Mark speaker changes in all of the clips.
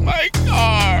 Speaker 1: My car!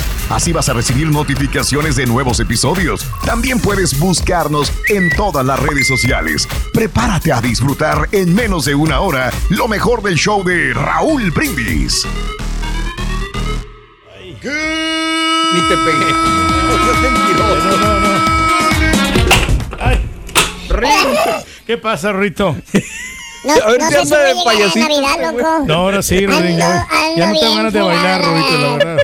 Speaker 2: Así vas a recibir notificaciones de nuevos episodios. También puedes buscarnos en todas las redes sociales. Prepárate a disfrutar en menos de una hora lo mejor del show de Raúl Brindis.
Speaker 3: Ni te pegué.
Speaker 4: Rito. ¿Qué pasa, Rito?
Speaker 5: No,
Speaker 4: A ver,
Speaker 5: no
Speaker 4: te
Speaker 5: sé si
Speaker 4: anda de
Speaker 5: voy a llegar
Speaker 4: payasito.
Speaker 5: a Navidad, loco.
Speaker 4: No, ahora sí,
Speaker 5: Ando-
Speaker 4: Rodríguez. Ya, ya no
Speaker 5: ando
Speaker 4: te dan
Speaker 5: bien
Speaker 4: ganas de bailar,
Speaker 5: fregado,
Speaker 4: Rodito, la verdad.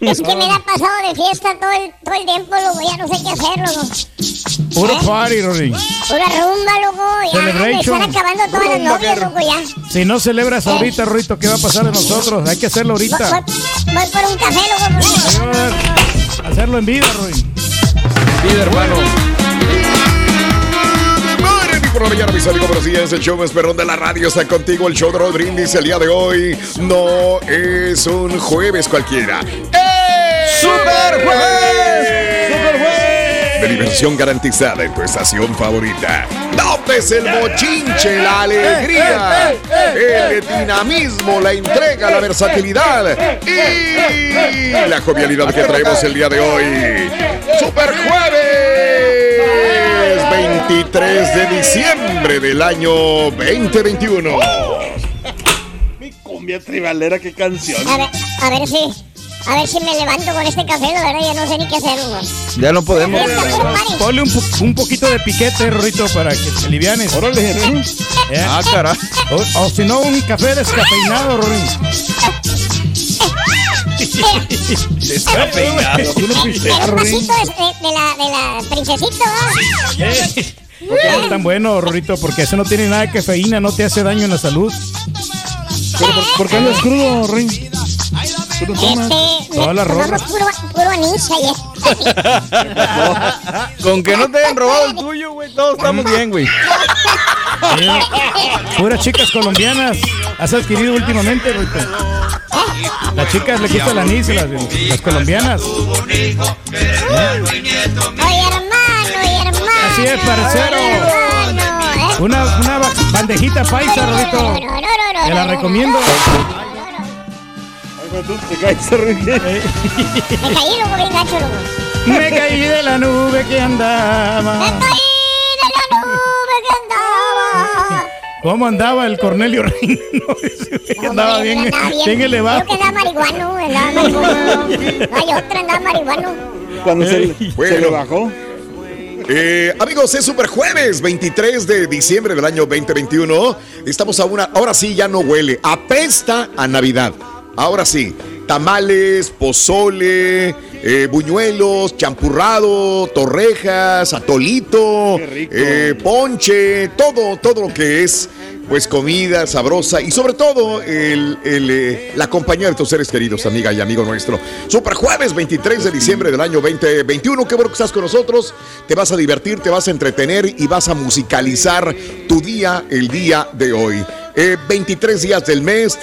Speaker 5: Es que me la he pasado de fiesta todo el, todo el tiempo, loco. Ya no sé qué hacer, loco.
Speaker 4: Puro
Speaker 5: ¿Eh?
Speaker 4: party, Rodríguez.
Speaker 5: Pura rumba, loco. Ya me
Speaker 4: Celebration.
Speaker 5: están acabando todas las novias, loco, ya.
Speaker 4: Si no celebras ahorita, Rito, ¿qué va a pasar de nosotros? Hay que hacerlo ahorita.
Speaker 5: Voy, voy- voy por un café, loco. por una-
Speaker 4: Hacerlo en vida, Rodríguez.
Speaker 3: Vida, hermano.
Speaker 2: Madre mía, por la mañana, mis amigos, buenos días. El show más perrón de la radio está contigo. El show de Raúl Brindis el día de hoy no es un jueves cualquiera.
Speaker 3: ¡Super jueves! ¡Super jueves!
Speaker 2: De diversión garantizada en tu estación favorita. Notes pues, el bochinche, la alegría, el dinamismo, la entrega, la versatilidad y la jovialidad que traemos el día de hoy. ¡Super jueves! 23 de diciembre del año 2021.
Speaker 3: Cumbia tribalera, qué canción.
Speaker 5: A ver, a ver si... A ver si me levanto con este café, la verdad, ya no sé ni qué hacer, loco.
Speaker 4: Ya no podemos.
Speaker 5: Rodrigo.
Speaker 4: Ponle un, po- un poquito de piquete, Rito, para que te alivianes.
Speaker 3: Órale.
Speaker 4: Ah,
Speaker 3: caray.
Speaker 4: O, o si no, un café descafeinado, Rodríguez.
Speaker 3: Descafeinado.
Speaker 5: Pero Eh, un vasito de, de- de la, de la ¿ah? princesita, ¿no?
Speaker 4: ¿Por qué no es tan bueno, Rorito? Porque eso no tiene nada de cafeína, no te hace daño en la salud.
Speaker 3: ¿Por qué andas crudo, Ring? ¿Tú no tomas?
Speaker 5: Este,
Speaker 4: Toda la ropa.
Speaker 5: tomamos puro, puro anís ayer.
Speaker 3: Con que no te hayan robado el tuyo, güey. Todos estamos bien, güey.
Speaker 4: Eh, Puras chicas colombianas has adquirido últimamente, Rorito. Las chicas le quitan la anís, las, las colombianas.
Speaker 5: Oye, hermano, oye, hermano.
Speaker 4: Así es, parcero.
Speaker 5: Oye, hermano, ¿eh?
Speaker 4: Una, una ba- bandejita paisa, Rorito. Te la recomiendo.
Speaker 3: Te caes,
Speaker 4: Eh,
Speaker 3: Ring.
Speaker 5: Me caí, loco, bien gacho, loco.
Speaker 4: Me caí de la nube que
Speaker 5: Me
Speaker 4: andaba.
Speaker 5: caí de la nube que andaba.
Speaker 4: ¿Cómo andaba el Cornelio Reino? andaba
Speaker 5: Hombre,
Speaker 4: bien,
Speaker 5: andaba
Speaker 4: bien elevado.
Speaker 5: Creo que andaba marihuano, andaba marihuano. No hay otra, andaba marihuano.
Speaker 3: Cuando se, se le bajó.
Speaker 2: Eh, amigos, es Super Jueves, 23 de diciembre del año 2021. Estamos a una. Ahora sí, ya no huele. Apesta a Navidad. Ahora sí. Tamales, pozole, eh, buñuelos, champurrado, torrejas, atolito, eh, ponche, todo, todo lo que es pues comida sabrosa y sobre todo el- el, eh, la compañía de tus seres queridos, amiga y amigo nuestro. Super jueves 23 de diciembre del año 2021. Qué bueno que estás con nosotros. Te vas a divertir, te vas a entretener y vas a musicalizar tu día, el día de hoy. Eh, 23 días del mes,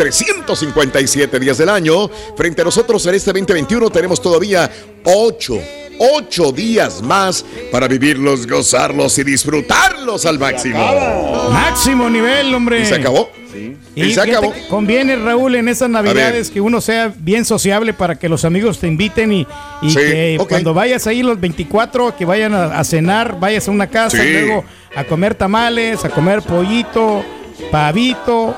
Speaker 2: 357 días del año. Frente a nosotros en este 2021 tenemos todavía 8 ocho días más para vivirlos, gozarlos y disfrutarlos al máximo.
Speaker 4: Máximo nivel, hombre.
Speaker 2: ¿Y se acabó? Sí.
Speaker 4: Y
Speaker 2: Y se
Speaker 4: fíjate,
Speaker 2: acabó.
Speaker 4: Conviene, Raúl, en esas navidades que uno sea bien sociable para que los amigos te inviten y, y
Speaker 2: Sí,
Speaker 4: que
Speaker 2: ok.
Speaker 4: cuando vayas ahí los 24, que vayan a, a cenar, vayas a una casa
Speaker 2: Sí.
Speaker 4: y luego a comer tamales, a comer pollito, pavito,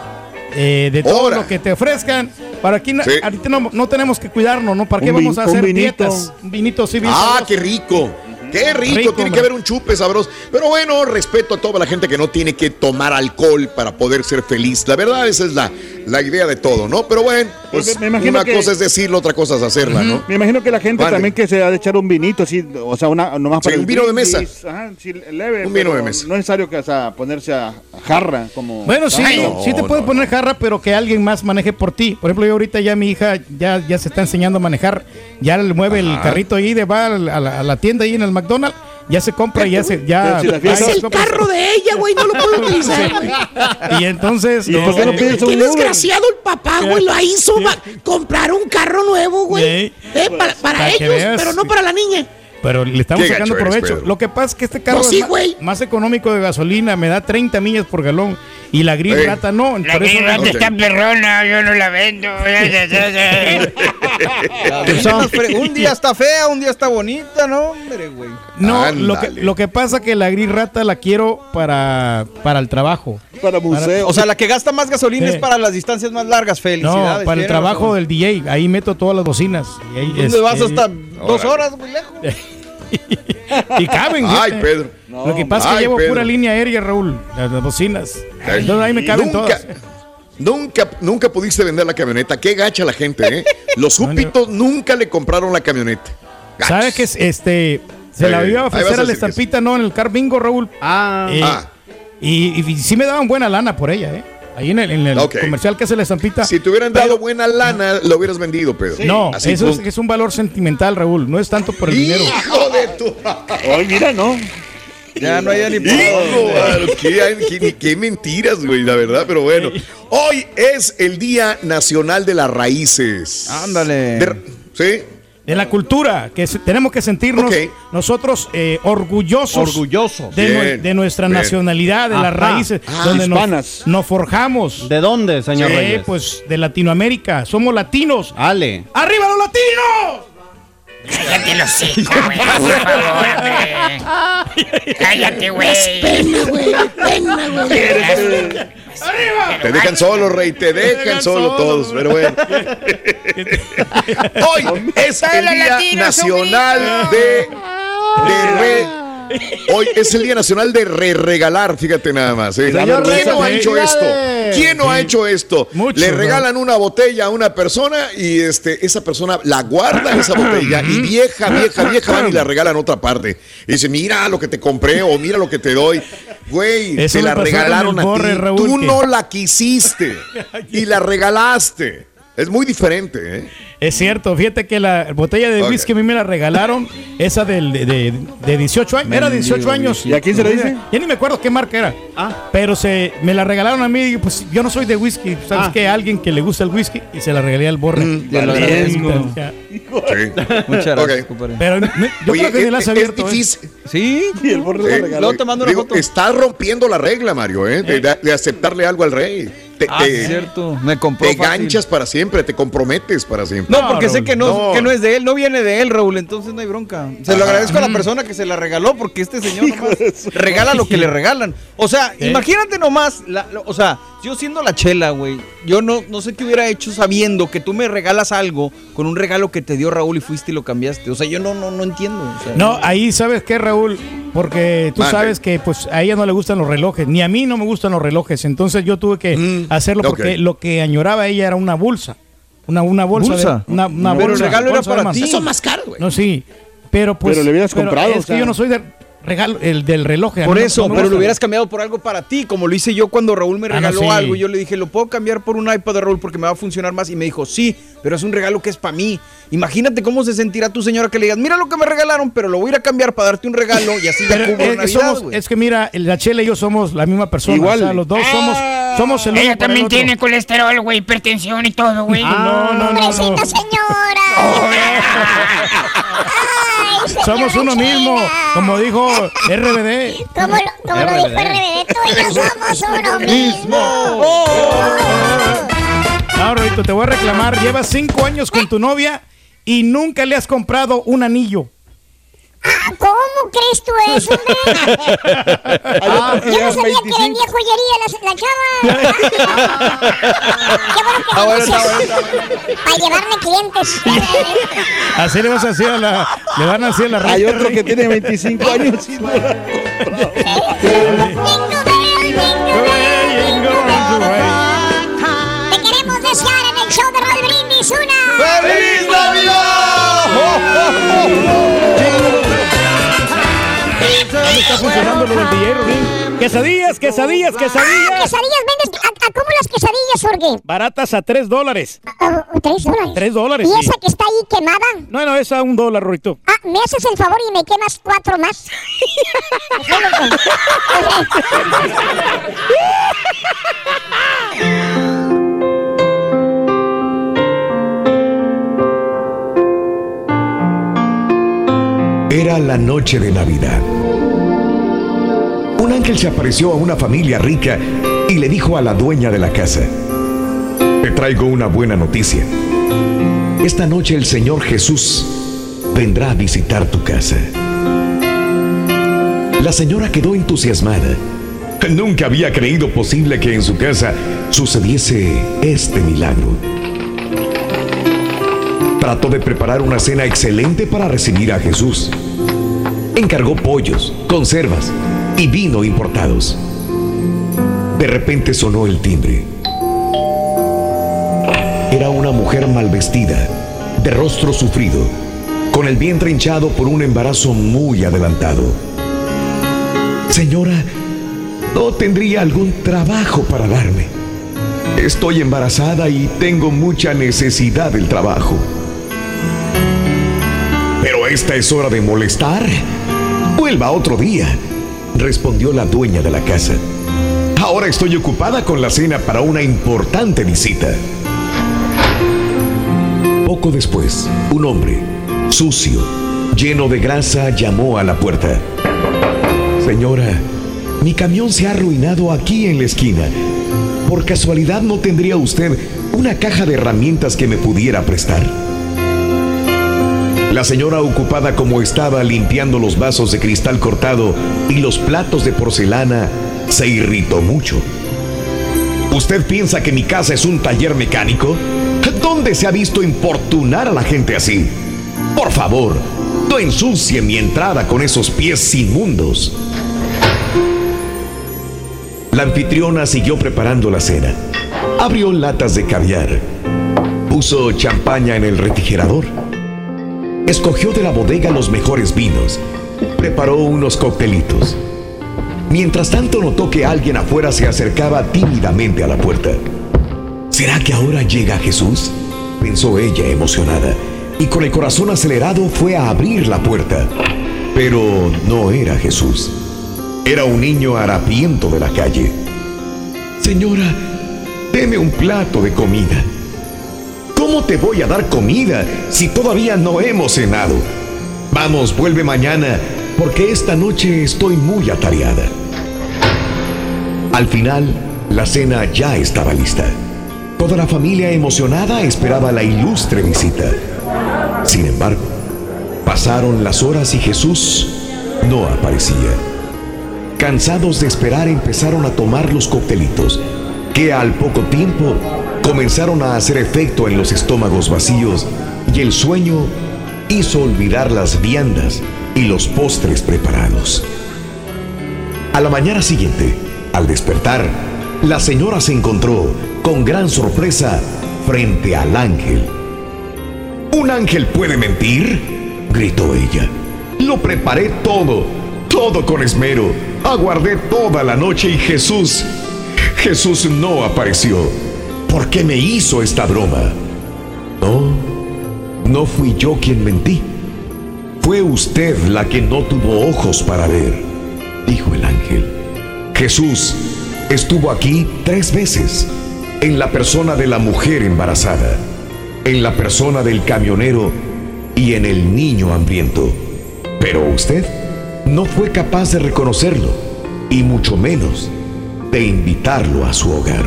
Speaker 4: eh, de todo
Speaker 2: Ahora.
Speaker 4: lo que te ofrezcan. Para aquí no-
Speaker 2: Sí.
Speaker 4: ahorita no, no tenemos que cuidarnos, ¿no? ¿Para qué
Speaker 2: Un vin-
Speaker 4: vamos a
Speaker 2: un
Speaker 4: hacer
Speaker 2: vinito.
Speaker 4: dietas? Un vinito sí bien
Speaker 2: Ah,
Speaker 4: sabroso.
Speaker 2: qué rico. Qué
Speaker 4: Rico,
Speaker 2: rico, tiene
Speaker 4: hombre.
Speaker 2: que haber un chupe sabroso. Pero bueno, respeto a toda la gente que no tiene que tomar alcohol para poder ser feliz. La verdad, esa es la, la idea de todo, ¿no? Pero bueno, pues
Speaker 6: Me- me imagino
Speaker 2: una
Speaker 6: que-
Speaker 2: cosa es decirlo, otra cosa es hacerla, ¿no?
Speaker 6: Me imagino que la gente
Speaker 2: Vale.
Speaker 6: también que se ha de echar un vinito, así, o sea, una, nomás
Speaker 2: Sí,
Speaker 6: para
Speaker 2: un
Speaker 6: el
Speaker 2: vino de mesa.
Speaker 6: brindis, ajá, sí, leve,
Speaker 2: Un vino
Speaker 6: pero
Speaker 2: de mesa.
Speaker 6: No es necesario que, o sea, ponerse a a jarra como.
Speaker 4: Bueno, sí,
Speaker 6: Ay,
Speaker 4: sí te
Speaker 6: no,
Speaker 4: puedes poner jarra, pero que alguien más maneje por ti. Por ejemplo, yo ahorita ya mi hija ya, ya se está enseñando a manejar, ya le mueve el
Speaker 6: Ajá.
Speaker 4: carrito ahí de va al- a la, a la tienda ahí en el McDonald's, ya se compra y ya se ya
Speaker 7: es el carro de ella, güey, no lo puedo utilizar, güey.
Speaker 4: y entonces
Speaker 6: ¿Y por qué no
Speaker 4: eh,
Speaker 6: pides
Speaker 7: Qué desgraciado el papá, güey, lo hizo va- comprar un carro nuevo, güey.
Speaker 4: Ey.
Speaker 7: Eh, para para
Speaker 4: Pues, Para que
Speaker 7: ellos,
Speaker 4: veas.
Speaker 7: pero no para la niña.
Speaker 4: Pero le estamos
Speaker 7: Qué gacho
Speaker 4: sacando
Speaker 7: eres,
Speaker 4: provecho.
Speaker 7: Pedro.
Speaker 4: Lo que pasa es que este carro
Speaker 7: No,
Speaker 4: es
Speaker 7: sí,
Speaker 4: ma-
Speaker 7: güey.
Speaker 4: más, económico de gasolina, me da 30 millas por galón y la gris
Speaker 7: Ey.
Speaker 4: rata no,
Speaker 8: La
Speaker 4: por eso
Speaker 8: Green Rat está perrona, yo no la vendo.
Speaker 3: un día está fea, un día está bonita, ¿no? Hombre, güey.
Speaker 4: No, lo que, lo que pasa que la gris rata la quiero para, para el trabajo.
Speaker 3: Para
Speaker 4: museo.
Speaker 3: O sea, la que gasta más gasolina
Speaker 4: Sí.
Speaker 3: es para las distancias más largas. Felicidades.
Speaker 4: No, para
Speaker 3: tienes
Speaker 4: el trabajo
Speaker 3: razón.
Speaker 4: del DJ. Ahí meto todas las bocinas. Y ahí,
Speaker 3: ¿Dónde
Speaker 4: este,
Speaker 3: vas hasta dos
Speaker 4: órale.
Speaker 3: horas, güey, lejos?
Speaker 4: Y caben,
Speaker 2: Ay,
Speaker 4: fíjate.
Speaker 2: Pedro.
Speaker 4: Lo que pasa es que
Speaker 2: Ay,
Speaker 4: llevo
Speaker 2: Pedro.
Speaker 4: pura línea aérea, Raúl. Las, las bocinas.
Speaker 2: Ay,
Speaker 4: Entonces ahí me caben
Speaker 2: nunca,
Speaker 4: todas.
Speaker 2: Nunca, nunca pudiste vender la camioneta. Qué gacha la gente, ¿eh? Los súbditos nunca le compraron la camioneta.
Speaker 4: ¿Sabes qué? es? Este, se
Speaker 2: Ahí,
Speaker 4: la iba a
Speaker 2: ahí vas
Speaker 4: ofrecer
Speaker 2: a
Speaker 4: a la
Speaker 2: decir que
Speaker 4: estampita, no, en el car bingo, Raúl. Ah.
Speaker 2: Ah.
Speaker 4: Y, y sí me daban buena lana por ella, ¿eh? Ahí en el, en el
Speaker 2: Ok.
Speaker 4: comercial que hace la estampita.
Speaker 2: Si te hubieran dado buena lana, lo hubieras vendido, Pedro.
Speaker 4: No,
Speaker 2: Así,
Speaker 4: eso es,
Speaker 2: punto.
Speaker 4: es un valor sentimental, Raúl. No es tanto por el dinero.
Speaker 2: ¡Hijo de tu!
Speaker 6: Ay, mira, no.
Speaker 3: Ya no hay ni por
Speaker 2: Hijo,
Speaker 3: dónde.
Speaker 2: qué, qué- qué mentiras, güey, la verdad, pero bueno. Hoy es el Día Nacional de las Raíces.
Speaker 4: Ándale.
Speaker 2: De- ¿Sí?
Speaker 4: De la cultura, que se- tenemos que sentirnos nosotros eh, orgullosos,
Speaker 3: Orgullosos.
Speaker 4: de,
Speaker 3: Bien,
Speaker 4: nue- de nuestra
Speaker 3: bien.
Speaker 4: nacionalidad, de las
Speaker 3: Ajá.
Speaker 4: raíces,
Speaker 3: Ah,
Speaker 4: donde
Speaker 3: hispanas.
Speaker 4: nos, nos forjamos.
Speaker 3: ¿De dónde, señor
Speaker 4: Sí,
Speaker 3: Reyes?
Speaker 4: pues de Latinoamérica, somos latinos.
Speaker 3: Ale.
Speaker 4: ¡Arriba los latinos!
Speaker 8: Cállate los cinco, güey, por favor, hombre. Cállate, güey.
Speaker 7: Es pena, güey, es pena, güey.
Speaker 2: Te dejan solo, rey, te dejan solo todos, pero bueno. Hoy es el
Speaker 7: Solo
Speaker 2: Día
Speaker 7: latinos,
Speaker 2: Nacional de, de re- Hoy es el Día Nacional de re regalar, fíjate nada más. ¿eh?
Speaker 7: Señor
Speaker 2: ¿Quién no ha
Speaker 7: Reyes,
Speaker 2: hecho esto?
Speaker 7: felicidades.
Speaker 2: ¿Quién no ha hecho esto? Le
Speaker 7: ¿no?
Speaker 2: regalan una botella a una persona y este, esa persona la guarda esa botella y vieja, vieja, vieja van y la regalan a otra parte. Y dice, mira lo que te compré o mira lo que te doy. Güey,
Speaker 4: Eso
Speaker 2: te
Speaker 4: me
Speaker 2: la
Speaker 4: pasó con el
Speaker 2: regalaron a ti.
Speaker 4: Borre, Raúl,
Speaker 2: Tú
Speaker 4: que-
Speaker 2: no la quisiste y la regalaste. Es muy diferente, ¿eh?
Speaker 4: Es cierto, fíjate que la botella de
Speaker 2: Ok.
Speaker 4: whisky a mí me la regalaron, esa del, de, de- de 18 años, era 18
Speaker 6: Mendigo
Speaker 4: años.
Speaker 6: whisky. ¿Y a quién se la dice? Ah.
Speaker 4: Ya ni me acuerdo qué marca era. Pero se me la regalaron a mí, y pues yo no soy de whisky, ¿sabes
Speaker 6: Ah. Mm,
Speaker 4: qué? Alguien que le gusta el whisky y se la regalé al borre.
Speaker 3: te lo agradezco.
Speaker 4: O sea,
Speaker 3: Muchas
Speaker 2: Ok.
Speaker 3: gracias, compadre.
Speaker 4: Pero me- yo creo que ni la has
Speaker 2: es- es
Speaker 4: abierto. ¿eh?
Speaker 2: difícil.
Speaker 3: Sí.
Speaker 6: Y el borre
Speaker 2: Eh, digo, Estás rompiendo la regla, Mario, ¿eh? de, de aceptarle algo al rey. Te,
Speaker 3: Ah,
Speaker 2: te-
Speaker 3: es cierto. Me compró
Speaker 2: te
Speaker 3: fácil.
Speaker 2: ganchas para siempre, te comprometes para siempre.
Speaker 3: No, porque sé que no,
Speaker 2: No.
Speaker 3: que no es de él, no viene de él, Raúl, entonces no hay bronca. Se
Speaker 2: Ajá.
Speaker 3: lo agradezco a la persona que se la regaló, porque este señor nomás regala lo que le regalan. O sea,
Speaker 4: ¿Eh?
Speaker 3: imagínate nomás, la- lo- o sea, yo siendo la chela, güey, yo no, no sé qué hubiera hecho sabiendo que tú me regalas algo con un regalo que te dio Raúl y fuiste y lo cambiaste. O sea, yo no, no, no entiendo. o sea,
Speaker 4: No, ahí sabes qué, Raúl, Porque tú
Speaker 9: Mande.
Speaker 4: sabes que pues a ella no le gustan los relojes, ni a mí no me gustan los relojes. Entonces yo tuve que
Speaker 3: Mm,
Speaker 4: hacerlo porque
Speaker 9: ok.
Speaker 4: lo que añoraba ella era una bolsa. Una, una bolsa.
Speaker 3: ¿Bulsa?
Speaker 4: de- una, una
Speaker 3: Pero el
Speaker 4: bolsa,
Speaker 3: regalo era
Speaker 4: bolsa de
Speaker 3: para
Speaker 4: Armand.
Speaker 3: ti. Eso es más caro,
Speaker 4: No, sí. Pero pues.
Speaker 3: Pero le hubieras comprado,
Speaker 4: Es
Speaker 3: o sea.
Speaker 4: que yo no soy del regalo, el del reloj. a
Speaker 3: Por
Speaker 4: mí no-
Speaker 3: eso,
Speaker 4: no me
Speaker 3: pero
Speaker 4: gusta.
Speaker 3: lo hubieras cambiado por algo para ti, como lo hice yo cuando Raúl me
Speaker 4: Ah, no,
Speaker 3: regaló
Speaker 4: sí.
Speaker 3: algo. Yo le dije, ¿lo puedo cambiar por un iPad de Raúl porque me va a funcionar más? Y me dijo, sí, pero es un regalo que es para mí. Imagínate cómo se sentirá tu señora que le digas, mira lo que me regalaron, pero lo voy a ir a cambiar para darte un regalo y así ya
Speaker 4: Pero
Speaker 3: cubro
Speaker 4: es,
Speaker 3: Navidad,
Speaker 4: que somos-
Speaker 3: güey".
Speaker 4: es que mira, el- la Chela y yo somos la misma persona.
Speaker 3: Igual.
Speaker 4: O sea, los dos somos, somos el uno
Speaker 10: Ella
Speaker 4: para el
Speaker 10: también
Speaker 4: otro.
Speaker 10: tiene colesterol, güey, hipertensión y todo, güey.
Speaker 4: Ah, no, no, no, no.
Speaker 5: Pobrecita señora. Ay, señora
Speaker 4: Somos uno
Speaker 5: Chela.
Speaker 4: mismo, como dijo RBD.
Speaker 5: Como lo, como lo dijo RBD, tú y yo somos uno mismo. Oh.
Speaker 4: Ah, Rorito, te voy a reclamar. Llevas cinco años con tu novia y nunca le has comprado un anillo.
Speaker 5: Ah, ¿Cómo crees tú eso, hombre? Yo no sabía que vendía joyería la, la chava.
Speaker 4: Ah, bueno, está
Speaker 5: Para llevarme clientes.
Speaker 4: Así le vas a hacer a la. Le van a hacer a la Hay otro que tiene 25 años.
Speaker 5: Te queremos desear en el show de Raúl Brindis una...
Speaker 11: ¡Feliz
Speaker 4: Está funcionando lo del DJ, Rodín. Quesadillas, quesadillas,
Speaker 5: Ah,
Speaker 4: quesadillas.
Speaker 5: quesadillas, vendes... ¿A, a cómo las quesadillas, Jorge?
Speaker 4: Baratas a 3 dólares.
Speaker 5: ¿Tres dólares?
Speaker 4: Tres dólares,
Speaker 5: ¿Y
Speaker 4: sí.
Speaker 5: esa que está ahí quemada?
Speaker 4: No, no, es a un dólar, Rorito.
Speaker 5: Ah, ¿me haces el favor y me quemas cuatro más?
Speaker 2: Era la noche de Navidad. Un ángel se apareció a una familia rica y le dijo a la dueña de la casa, te traigo una buena noticia. Esta noche el Señor Jesús vendrá a visitar tu casa. La señora quedó entusiasmada. Nunca había creído posible que en su casa sucediese este milagro. Trató de preparar una cena excelente para recibir a Jesús. Encargó pollos, conservas y vino importados. De repente sonó el timbre. Era una mujer mal vestida, de rostro sufrido, con el vientre hinchado por un embarazo muy adelantado. Señora, no tendría algún trabajo para darme. Estoy embarazada y tengo mucha necesidad del trabajo. Pero esta es hora de molestar. Vuelva otro día, respondió la dueña de la casa. Ahora estoy ocupada con la cena para una importante visita. Poco después, un hombre, sucio, lleno de grasa, llamó a la puerta. Señora, mi camión se ha arruinado aquí en la esquina. ¿Por casualidad no tendría usted una caja de herramientas que me pudiera prestar? La señora, ocupada como estaba limpiando los vasos de cristal cortado y los platos de porcelana, se irritó mucho. ¿Usted piensa que mi casa es un taller mecánico? ¿Dónde se ha visto importunar a la gente así? Por favor, no ensucie mi entrada con esos pies inmundos. La anfitriona siguió preparando la cena. Abrió latas de caviar. Puso champaña en el refrigerador. Escogió de la bodega los mejores vinos. Preparó unos coctelitos. Mientras tanto notó que alguien afuera se acercaba tímidamente a la puerta. ¿Será que ahora llega Jesús? Pensó ella emocionada y con el corazón acelerado fue a abrir la puerta. Pero no era Jesús. Era un niño harapiento de la calle. Señora, deme un plato de comida. ¿Cómo te voy a dar comida si todavía no hemos cenado? Vamos, vuelve mañana, porque esta noche estoy muy atareada. Al final, la cena ya estaba lista. Toda la familia emocionada esperaba la ilustre visita. Sin embargo, pasaron las horas y Jesús no aparecía. Cansados de esperar, empezaron a tomar los coctelitos, que al poco tiempo comenzaron a hacer efecto en los estómagos vacíos y el sueño hizo olvidar las viandas y los postres preparados.
Speaker 12: A la mañana siguiente, al despertar, la señora se encontró con gran sorpresa frente al ángel. ¿Un ángel puede mentir? gritó ella. Lo preparé todo, todo con esmero. Aguardé toda la noche y Jesús, Jesús no apareció. ¿Por qué me hizo esta broma? No, no fui yo quien mentí. Fue usted la que no tuvo ojos para ver, dijo el ángel. Jesús estuvo aquí tres veces, en la persona de la mujer embarazada, en la persona del camionero y en el niño hambriento. Pero usted no fue capaz de reconocerlo y mucho menos de invitarlo a su hogar.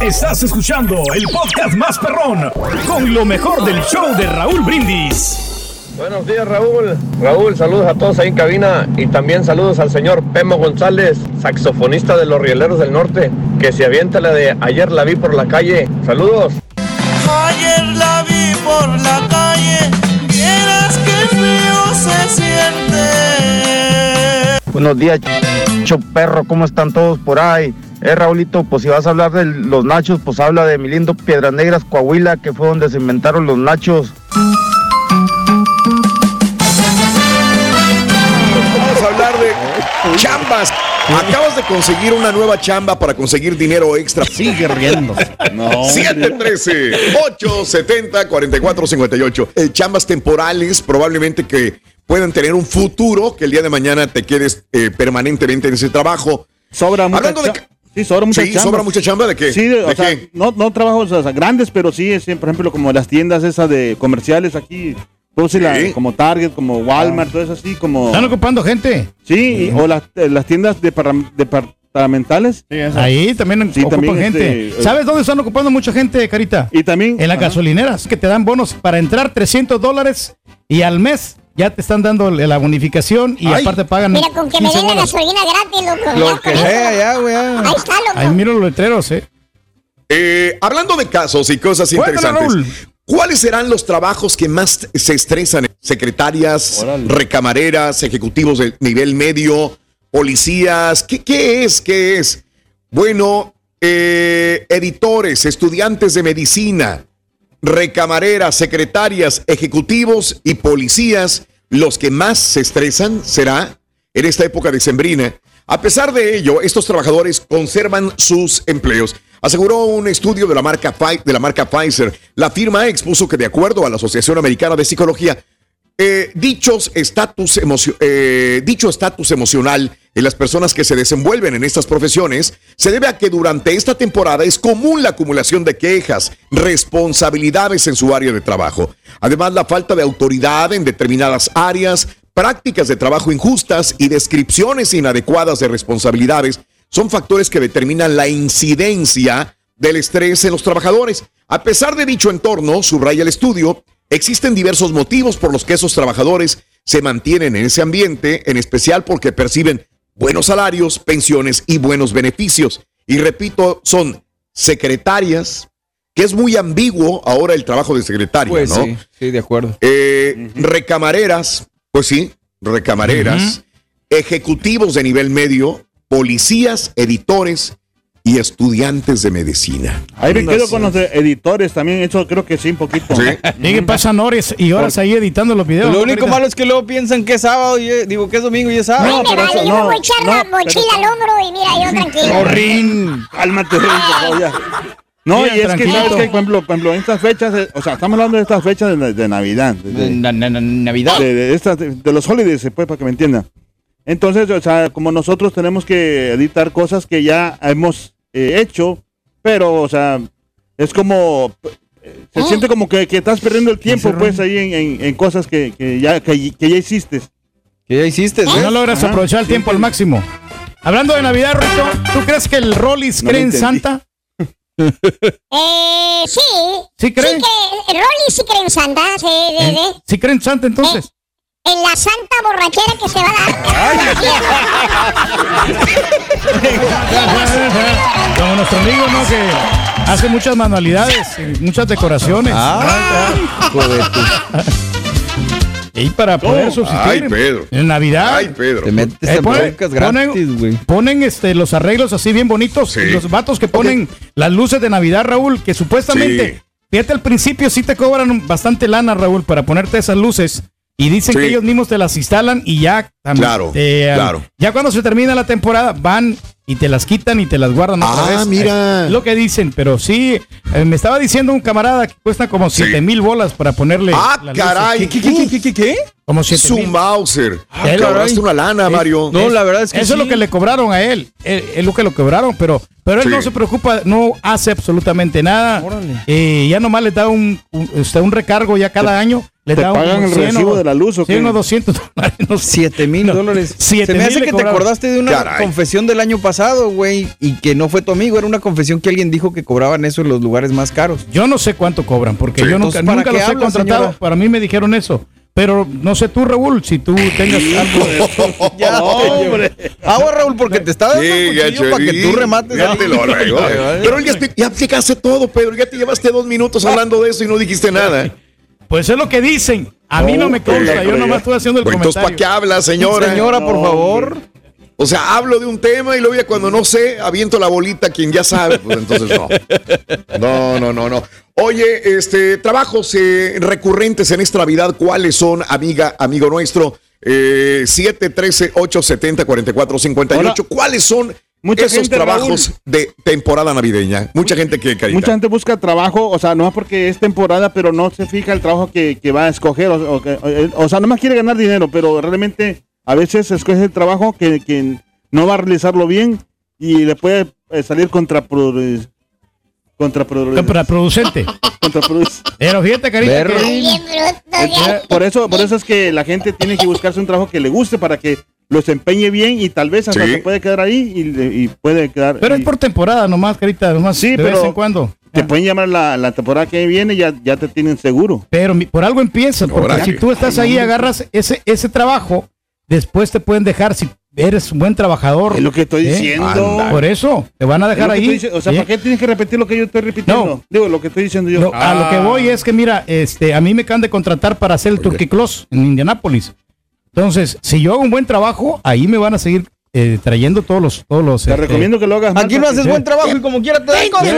Speaker 9: Estás escuchando el podcast más perrón con lo mejor del show de Raúl Brindis.
Speaker 13: Buenos días Raúl. Raúl, saludos a todos ahí en cabina y también saludos al señor Pemo González, saxofonista de los Rieleros del Norte, que se avienta la de ayer la vi por la calle. Saludos.
Speaker 14: Ayer la vi por la calle, vieras que frío se siente.
Speaker 15: Buenos días, cho perro, ¿cómo están todos por ahí? Eh, Raulito, pues si vas a hablar de los nachos, pues habla de mi lindo Piedras Negras, Coahuila, que fue donde se inventaron los nachos.
Speaker 2: Vamos a hablar de chambas. Acabas de conseguir una nueva chamba para conseguir dinero extra. Sigue riendo. No. 713-870-4458. Eh, chambas temporales, probablemente que puedan tener un futuro, que el día de mañana te quedes eh, permanentemente en ese trabajo.
Speaker 16: Sobra mucha
Speaker 2: Hablando de...
Speaker 16: cha-
Speaker 2: ca-
Speaker 16: Sí, sobra mucha
Speaker 2: Sí,
Speaker 16: chamba.
Speaker 2: sobra mucha chamba, ¿de qué?
Speaker 16: Sí, de- o
Speaker 2: ¿De
Speaker 16: sea,
Speaker 2: qué?
Speaker 16: no, no trabajos o sea, grandes, pero sí, es, por ejemplo, como las tiendas esas de comerciales aquí, pues, sí, la-
Speaker 4: Sí.
Speaker 16: como Target, como
Speaker 2: Ah.
Speaker 16: Walmart, todo eso así, como...
Speaker 4: Están ocupando gente.
Speaker 16: Sí, y- o las, eh, las tiendas departam- departamentales.
Speaker 4: Ahí también
Speaker 16: Sí,
Speaker 4: ocupan
Speaker 16: también,
Speaker 4: gente.
Speaker 16: este, eh,
Speaker 4: ¿Sabes dónde están ocupando mucha gente, Carita?
Speaker 16: Y también.
Speaker 4: En las gasolineras, que te dan bonos para entrar 300 dólares y al mes ya te están dando la bonificación y
Speaker 5: Ay.
Speaker 4: aparte pagan.
Speaker 5: Mira, con que me
Speaker 4: 15
Speaker 5: den la
Speaker 4: dólares.
Speaker 5: gasolina gratis, loco. ya con eso. Ahí está, loco.
Speaker 4: Ahí miro los letreros, eh.
Speaker 2: Eh, hablando de casos y cosas interesantes, ¿cuáles serán los trabajos que más se estresan? Secretarias, recamareras, ejecutivos de nivel medio, policías. ¿Qué, qué es? ¿Qué es? Bueno, eh, editores, estudiantes de medicina, recamareras, secretarias, ejecutivos y policías, los que más se estresan será en esta época decembrina. A pesar de ello, estos trabajadores conservan sus empleos. Aseguró un estudio de la, marca, Pfi- de la marca Pfizer. La firma expuso que de acuerdo a la Asociación Americana de Psicología, eh, dichos estatus emocio- eh, dicho estatus emocional en las personas que se desenvuelven en estas profesiones se debe a que durante esta temporada es común la acumulación de quejas, responsabilidades en su área de trabajo. Además, la falta de autoridad en determinadas áreas, prácticas de trabajo injustas y descripciones inadecuadas de responsabilidades son factores que determinan la incidencia del estrés en los trabajadores. A pesar de dicho entorno, subraya el estudio, existen diversos motivos por los que esos trabajadores se mantienen en ese ambiente, en especial porque perciben buenos salarios, pensiones y buenos beneficios. Y repito, son secretarias, que es muy ambiguo ahora el trabajo de secretaria,
Speaker 3: Pues
Speaker 2: ¿no?
Speaker 3: sí, sí, de acuerdo.
Speaker 2: Eh, Recamareras, pues sí, recamareras, ejecutivos de nivel medio, policías, editores y estudiantes de medicina.
Speaker 16: Ahí me quedo con los de editores también, eso creo que sí, un poquito. Mm.
Speaker 4: Y que pasan horas y horas ahí editando los videos.
Speaker 3: Lo
Speaker 4: ¿no,
Speaker 3: único
Speaker 4: Carita?
Speaker 3: malo es que luego piensan que es sábado, y, eh, digo que es domingo y es sábado.
Speaker 5: Ay, me vale, yo me voy a echar la mochila al hombro y mira, yo tranquilo.
Speaker 16: Corrín, cálmate, por favor, ya. No,
Speaker 5: Mira,
Speaker 16: y es que
Speaker 5: tranquilo.
Speaker 16: sabes que, por ejemplo, por ejemplo, en estas fechas, eh, o sea, estamos hablando de estas fechas de, de Navidad. De,
Speaker 3: Navidad.
Speaker 16: De, de estas- de- de los holidays, eh, pues, para que me entiendan. Entonces, o sea, como nosotros tenemos que editar cosas que ya hemos eh, hecho, pero, o sea, es como. eh,
Speaker 4: Ah.
Speaker 16: Se siente como que, que estás perdiendo el tiempo, pues, ahí en, en- en cosas que, que ya, que, que ya hiciste.
Speaker 3: Que ya hiciste,
Speaker 4: Ah. Que
Speaker 16: ¿eh?
Speaker 4: no logras aprovechar el tiempo al máximo. Hablando de Navidad, Rito, ¿tú crees que el Rollis
Speaker 16: No lo
Speaker 4: cree en
Speaker 16: entendí.
Speaker 4: Santa?
Speaker 5: Eh, sí.
Speaker 4: ¿Sí creen?
Speaker 5: Sí que eh, Rolly sí cree en Santa, sí, sí,
Speaker 16: ¿Eh?
Speaker 5: sí.
Speaker 4: ¿Sí creen en Santa entonces?
Speaker 5: En la santa borrachera que se va a dar.
Speaker 4: Como nuestro amigo, ¿no? Que hace muchas
Speaker 2: Ah,
Speaker 4: manualidades, y muchas decoraciones. Ah, Y para poder subsistir.
Speaker 2: Ay, Pedro.
Speaker 4: En Navidad.
Speaker 2: Ay, Pedro.
Speaker 4: Te metes en broncas gratis, güey. Ponen este, los arreglos así bien bonitos. y Los vatos que ponen las luces de Navidad, Raúl, que supuestamente.
Speaker 2: Sí.
Speaker 4: Fíjate, al principio sí te cobran un- bastante lana, Raúl, para ponerte esas luces. Y dicen
Speaker 2: Sí.
Speaker 4: que ellos mismos te las instalan y ya. tam-
Speaker 2: Claro,
Speaker 4: te, ah,
Speaker 2: claro.
Speaker 4: Ya cuando se termina la temporada, van y te las quitan y te las guardan otra
Speaker 2: Ah,
Speaker 4: vez.
Speaker 2: mira.
Speaker 4: Eh, Lo que dicen, pero sí. eh, me estaba diciendo un camarada que cuesta como siete mil bolas para ponerle.
Speaker 2: Ah,
Speaker 4: las luces.
Speaker 2: caray.
Speaker 4: ¿Qué, qué, qué, qué, qué, qué? Como siete
Speaker 2: Su
Speaker 4: mil.
Speaker 2: Mauser.
Speaker 3: Ah,
Speaker 4: Ya,
Speaker 2: Te ahorraste
Speaker 4: caray.
Speaker 2: una lana,
Speaker 4: Sí.
Speaker 2: Mario.
Speaker 4: Eso es lo que le cobraron a él. Él- Es lo que lo cobraron, pero, pero él
Speaker 2: Sí.
Speaker 4: no se preocupa, no hace absolutamente nada. Eh, ya nomás le da un, un, este, un recargo ya cada año. Le
Speaker 16: te
Speaker 4: da
Speaker 16: pagan
Speaker 4: unos
Speaker 16: el recibo
Speaker 4: o-
Speaker 16: de la luz, ¿o qué?
Speaker 4: 100 o 200 dólares. No,
Speaker 3: 7 mil dólares.
Speaker 4: Siete
Speaker 3: Se me
Speaker 4: mil
Speaker 3: hace
Speaker 4: le
Speaker 3: que te
Speaker 4: cobraron.
Speaker 3: acordaste de una
Speaker 4: Caray.
Speaker 3: confesión del año pasado, güey, y que no fue tu amigo. Era una confesión que alguien dijo que cobraban eso en los lugares más caros.
Speaker 4: Yo no sé cuánto cobran, porque yo nunca,
Speaker 3: Entonces, ¿para
Speaker 4: nunca
Speaker 3: qué
Speaker 4: los he
Speaker 3: habla,
Speaker 4: contratado.
Speaker 3: señora?
Speaker 4: Para mí me dijeron eso. Pero no sé tú, Raúl, si tú tengas algo de
Speaker 3: Ya, hombre. Agua, Ah, Raúl, porque te está dando
Speaker 2: Sí,
Speaker 3: un
Speaker 2: ya,
Speaker 3: cuchillo para que
Speaker 2: Chevy.
Speaker 3: tú remates.
Speaker 2: Ya te lo arreglo. Pero él ya, expli- ya explicaste todo, Pedro. Ya te llevaste dos minutos hablando de eso y no dijiste nada.
Speaker 4: Pues es lo que dicen. A mí no me consta, yo nomás estoy haciendo el
Speaker 2: Pues Entonces, ¿para
Speaker 4: comentario.
Speaker 2: qué habla, señora?
Speaker 3: Señora, por No, favor.
Speaker 2: O sea, hablo de un tema y luego ya cuando no sé, aviento la bolita a quien ya sabe. Pues entonces no. No, no, no, no. Oye, este, trabajos eh, recurrentes en esta Navidad, ¿cuáles son, amiga, amigo nuestro? Eh, 713-870-4458. ¿Cuáles son
Speaker 16: Mucha
Speaker 2: esos
Speaker 16: gente,
Speaker 2: trabajos
Speaker 16: Raúl.
Speaker 2: de temporada navideña? Mucha gente que, Carita.
Speaker 16: Mucha gente busca trabajo, o sea, no es porque es temporada, pero no se fija el trabajo que, que va a escoger. O, o que- o- o sea, nomás quiere ganar dinero, pero realmente a veces escoge el trabajo que, que no va a realizarlo bien y le puede eh, salir contraproducente.
Speaker 4: Contraproducente.
Speaker 16: contraproducente.
Speaker 4: Pero fíjate, Carita, que- Bien
Speaker 16: eh, Por eso, por eso es que la gente tiene que buscarse un trabajo que le guste para que lo desempeñe bien y tal vez hasta
Speaker 2: Sí.
Speaker 16: se puede quedar ahí y, y puede quedar.
Speaker 4: Pero
Speaker 16: y-
Speaker 4: es por temporada nomás, Carita, nomás
Speaker 16: Sí,
Speaker 4: de
Speaker 16: pero-
Speaker 4: vez en cuando.
Speaker 16: Te pueden llamar la, la temporada que viene ya, ya te tienen seguro.
Speaker 4: Pero mi- por algo empiezan, porque
Speaker 16: Ahora
Speaker 4: si
Speaker 16: que-
Speaker 4: tú estás
Speaker 16: Ay,
Speaker 4: ahí y
Speaker 16: hombre.
Speaker 4: agarras ese, ese trabajo, después te pueden dejar si eres un buen trabajador.
Speaker 16: Es lo que estoy
Speaker 4: ¿eh?
Speaker 16: diciendo.
Speaker 4: Ándale. Por eso, te van a dejar
Speaker 16: Es lo que
Speaker 4: ahí.
Speaker 16: estoy diciendo, O sea,
Speaker 4: ¿eh?
Speaker 16: ¿para qué tienes que repetir lo que yo estoy repitiendo?
Speaker 4: No.
Speaker 16: Digo, lo que estoy diciendo yo.
Speaker 4: No, A lo que
Speaker 16: Ah.
Speaker 4: voy es que, mira, este, a mí me acaban de contratar para hacer el Turkey Close en Indianápolis. Entonces, si yo hago un buen trabajo, ahí me van a seguir eh, trayendo todos los... Todos los este,
Speaker 16: Te recomiendo que lo hagas.
Speaker 3: Aquí no haces buen trabajo y como quiera te dan cosas.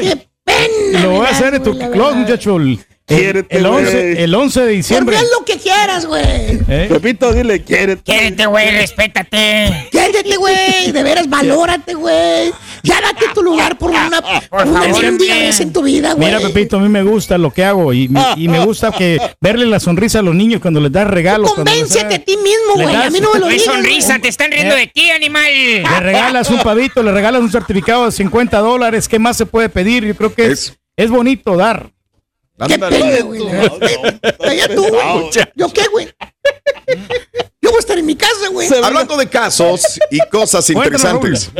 Speaker 4: ¡Qué pena! Lo voy a hacer en Turkey Close, muchacho. El, el,
Speaker 16: Quiérete,
Speaker 4: 11,
Speaker 16: güey.
Speaker 4: el 11 de
Speaker 7: Porque
Speaker 4: diciembre.
Speaker 7: es lo que quieras, güey.
Speaker 4: ¿eh?
Speaker 16: Pepito, dile, quiere.
Speaker 8: Quédate, güey, respétate.
Speaker 7: Quédate, güey. De veras, valórate, güey. Ya date tu lugar por una, por una
Speaker 4: favor,
Speaker 7: mendiga
Speaker 4: hombre.
Speaker 7: vez en tu vida, güey. Ah.
Speaker 4: Mira, Pepito, a mí me gusta lo que hago y me, y me gusta que verle la sonrisa a los niños cuando les das regalos. cuando les
Speaker 7: Convéncete
Speaker 4: das-
Speaker 7: a ti mismo,
Speaker 4: le
Speaker 7: güey. A
Speaker 4: das-
Speaker 7: mí no me lo
Speaker 4: No hay
Speaker 7: digas.
Speaker 4: sonrisa,
Speaker 7: güey.
Speaker 8: te están riendo de ti, animal.
Speaker 4: Le regalas un pavito, le regalas un certificado de 50 dólares. ¿Qué más se puede pedir? Yo creo que es, es bonito dar.
Speaker 7: Qué pena, güey. Allá tú, güey. ¿Yo qué, güey? Yo voy a estar en mi casa, güey.
Speaker 2: Hablando de casos y cosas
Speaker 7: Cuéntanos,
Speaker 2: interesantes,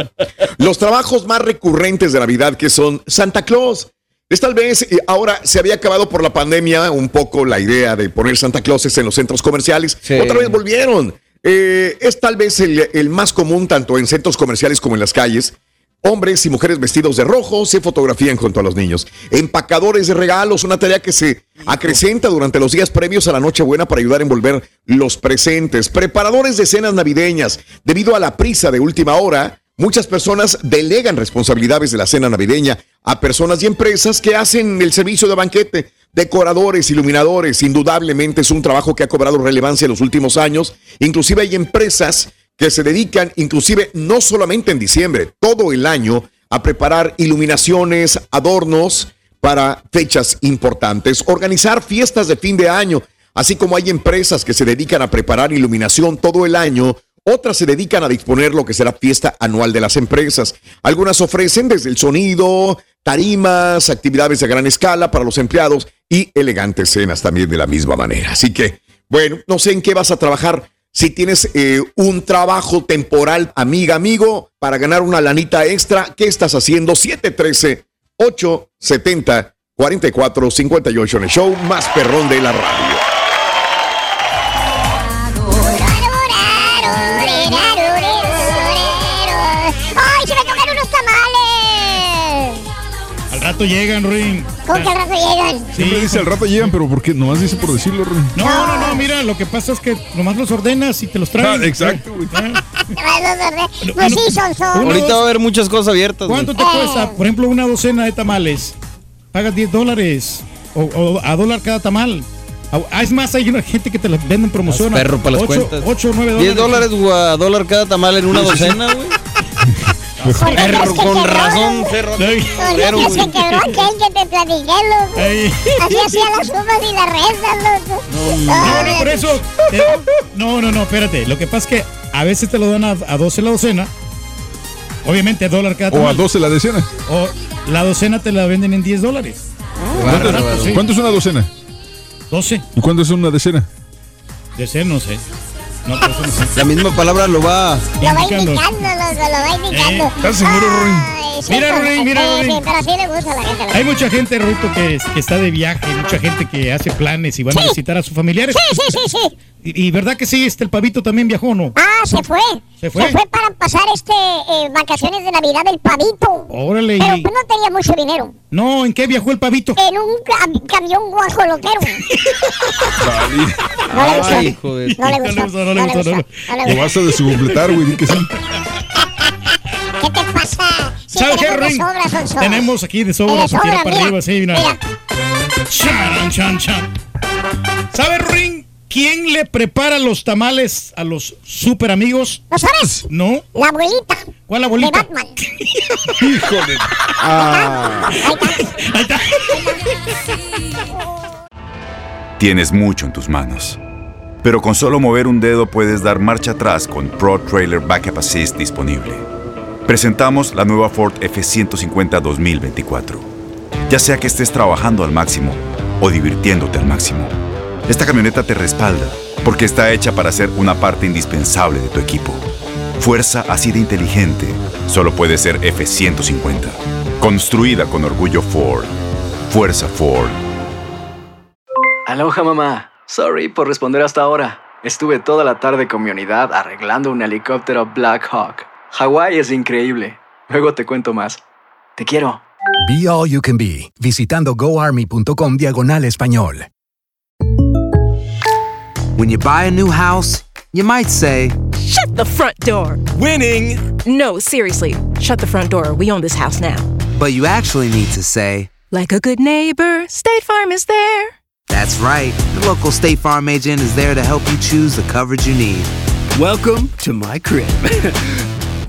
Speaker 2: los trabajos más recurrentes de Navidad que son Santa Claus. Es tal vez eh, ahora se había acabado por la pandemia un poco la idea de poner Santa Clauses en los centros comerciales. Otra vez volvieron. Eh, es tal vez el, el más común tanto en centros comerciales como en las calles. Hombres y mujeres vestidos de rojo se fotografían junto a los niños. Empacadores de regalos, una tarea que se acrecenta durante los días previos a la Nochebuena para ayudar a envolver los presentes. Preparadores de cenas navideñas. Debido a la prisa de última hora, muchas personas delegan responsabilidades de la cena navideña a personas y empresas que hacen el servicio de banquete. Decoradores, iluminadores, indudablemente es un trabajo que ha cobrado relevancia en los últimos años. Inclusive hay empresas que se dedican inclusive no solamente en diciembre, todo el año a preparar iluminaciones, adornos para fechas importantes, organizar fiestas de fin de año, así como hay empresas que se dedican a preparar iluminación todo el año. Otras se dedican a disponer lo que será fiesta anual de las empresas. Algunas ofrecen desde el sonido, tarimas, actividades a gran escala para los empleados y elegantes cenas también de la misma manera. Así que, bueno, no sé en qué vas a trabajar. Si tienes eh, un trabajo temporal, amiga, amigo, para ganar una lanita extra, ¿qué estás haciendo? 713-870-4458 en el show más perrón de la radio.
Speaker 5: ¡Ay, se me tocan unos tamales!
Speaker 4: Al rato rato llegan, Ruin.
Speaker 5: ¿Cómo que al rato llegan?
Speaker 6: Siempre dice al rato llegan, pero ¿por qué? Nomás dice por decirlo, Ruin.
Speaker 4: No, no, no, mira, lo que pasa es que nomás los ordenas y te los traen.
Speaker 6: Ah, exacto,
Speaker 4: güey.
Speaker 5: Pues sí, son son.
Speaker 17: Ahorita va a haber muchas cosas abiertas. güey. Eh.
Speaker 4: ¿Cuánto te cuesta? Por ejemplo, una docena de tamales. Pagas 10 dólares o, o a dólar cada tamal. A- ah, Es más, hay una gente que te las venden promoción.
Speaker 17: Los perros para las
Speaker 4: Ocho-
Speaker 17: cuentas.
Speaker 4: ocho o 9 dólares.
Speaker 17: 10 dólares o a dólar cada tamal en una docena, güey. Perro, con razón, perro.
Speaker 5: Ahorita se quebró aquel que te platiqué, loco.
Speaker 4: Ey.
Speaker 5: Así hacía las sumas y las rezas, loco.
Speaker 17: Ah,
Speaker 4: No, no, por eso. eh, no, no, no, espérate. Lo que pasa es que a veces te lo dan a, a 12 la docena. Obviamente, dólar cada
Speaker 6: O a
Speaker 4: tamal.
Speaker 6: 12 la decena.
Speaker 4: O la docena te la venden en 10 dólares.
Speaker 6: ¿Cuánto,
Speaker 4: bárbaro.
Speaker 6: es- cuánto es una docena?
Speaker 4: 12.
Speaker 6: ¿Y cuánto es una decena?
Speaker 4: De ser, no sé. No, por eso no sé.
Speaker 17: La misma palabra lo va.
Speaker 5: Lo va indicando, loco, lo va indicando.
Speaker 4: Eh, ¿Estás seguro, Ruin?
Speaker 5: Ay, sí,
Speaker 4: Mira,
Speaker 5: pero-
Speaker 4: Ruin, mira,
Speaker 5: sí, sí,
Speaker 4: Ruin.
Speaker 5: Pero así le gusta a la gente. loco.
Speaker 4: Hay mucha gente, Ruto, que, que está de viaje, mucha gente que hace planes y van a
Speaker 5: Sí.
Speaker 4: visitar a sus familiares.
Speaker 5: Sí, sí, sí, sí.
Speaker 4: Y, y verdad que sí, este el pavito también viajó, ¿no?
Speaker 5: Ah, se fue.
Speaker 4: Se fue.
Speaker 5: para pasar este eh, vacaciones de Navidad del pavito.
Speaker 4: Órale.
Speaker 5: Pero
Speaker 4: y-
Speaker 5: pues, no tenía mucho dinero.
Speaker 4: No, ¿en qué viajó el pavito?
Speaker 5: En un cam- camión guajolotero. no le gustó.
Speaker 6: Ay,
Speaker 17: hijo de-
Speaker 5: No le gustó. No le gustó. No le
Speaker 6: Lo
Speaker 5: gustó.
Speaker 6: vas a descompletar, güey. di que sí.
Speaker 5: ¿Qué te pasa? Si
Speaker 4: ¿Sabes qué,
Speaker 5: tenemos de
Speaker 4: Ring?
Speaker 5: sobra, son sobras.
Speaker 4: Tenemos aquí de sobra,
Speaker 5: Eres
Speaker 4: para tirar
Speaker 5: sobra,
Speaker 4: para
Speaker 5: mira,
Speaker 4: arriba, sí, mira.
Speaker 5: mira.
Speaker 4: Charan, chan, chan. ¿Sabes, Ring? ¿Quién le prepara los tamales a los super amigos?
Speaker 5: ¿No sabes?
Speaker 4: ¿No?
Speaker 5: La abuelita.
Speaker 4: ¿Cuál
Speaker 5: De
Speaker 4: abuelita?
Speaker 5: Batman.
Speaker 6: Híjole.
Speaker 4: Ahí está.
Speaker 18: Tienes mucho en tus manos, pero con solo mover un dedo puedes dar marcha atrás con Pro Trailer Backup Assist disponible. Presentamos la nueva Ford F150 2024. Ya sea que estés trabajando al máximo o divirtiéndote al máximo, esta camioneta te respalda porque está hecha para ser una parte indispensable de tu equipo. Fuerza así de inteligente solo puede ser F150. Construida con orgullo Ford. Fuerza Ford.
Speaker 19: Aloha mamá. Sorry por responder hasta ahora. Estuve toda la tarde con mi unidad arreglando un helicóptero Black Hawk. Hawái es increíble. Luego te cuento más. Te quiero.
Speaker 20: Be All You Can Be, visitando goarmy.com diagonal español.
Speaker 21: When you buy a new house, you might say,
Speaker 22: Shut the front door. Winning. No, seriously. Shut the front door. We own this house now.
Speaker 21: but you actually need to say,
Speaker 22: Like a good neighbor, State Farm is there.
Speaker 21: That's right. The local State Farm agent is there to help you choose the coverage you need. Welcome to my crib.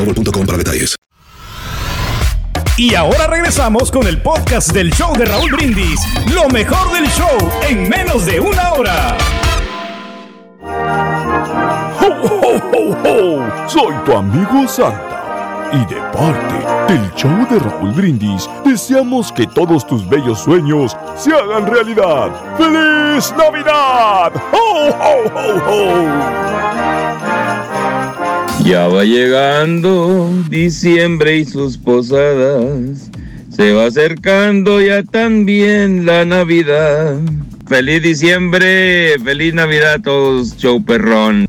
Speaker 23: para detalles.
Speaker 9: Y ahora regresamos con el podcast del show de Raúl Brindis. Lo mejor del show en menos de una hora.
Speaker 24: ¡Ho, ho, ho, ho! Soy tu amigo Santa. Y de parte del show de Raúl Brindis, deseamos que todos tus bellos sueños se hagan realidad. ¡Feliz Navidad! ¡Ho, ho, ho, ho!
Speaker 25: Ya va llegando diciembre y sus posadas. Se va acercando ya también la Navidad. Feliz diciembre, feliz Navidad a todos, show perrón.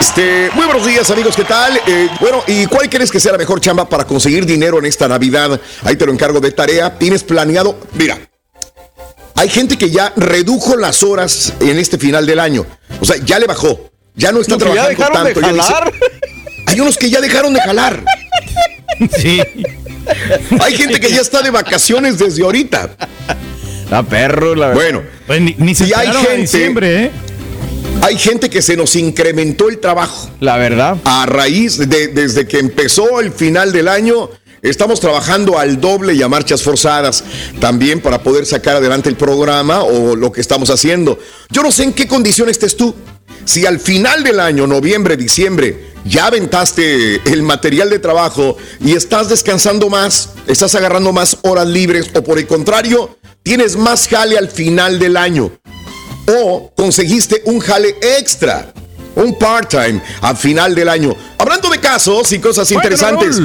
Speaker 2: Este, muy buenos días amigos, ¿qué tal? Eh, bueno, ¿y cuál crees que sea la mejor chamba para conseguir dinero en esta Navidad? Ahí te lo encargo de tarea. ¿Tienes planeado? Mira, hay gente que ya redujo las horas en este final del año. O sea, ya le bajó. Ya no está
Speaker 17: Los que ya dejaron
Speaker 2: trabajando
Speaker 17: de
Speaker 2: tanto. Ya dice-
Speaker 17: jalar.
Speaker 2: hay unos que ya dejaron de jalar.
Speaker 4: Sí.
Speaker 2: Hay gente que ya está de vacaciones desde ahorita.
Speaker 17: La perro, la verdad.
Speaker 2: Bueno,
Speaker 4: Pues ni, ni se
Speaker 2: y hay
Speaker 4: esperaron a
Speaker 2: gente,
Speaker 4: diciembre, ¿eh?
Speaker 2: hay gente que se nos incrementó el trabajo.
Speaker 17: La verdad.
Speaker 2: A raíz de desde que empezó el final del año, Estamos trabajando al doble y a marchas forzadas también para poder sacar adelante el programa o lo que estamos haciendo. Yo no sé en qué condición estés tú. Si al final del año, noviembre, diciembre, ya aventaste el material de trabajo y estás descansando más, estás agarrando más horas libres o por el contrario, tienes más jale al final del año o conseguiste un jale extra, un part-time al final del año. Hablando de casos y cosas interesantes.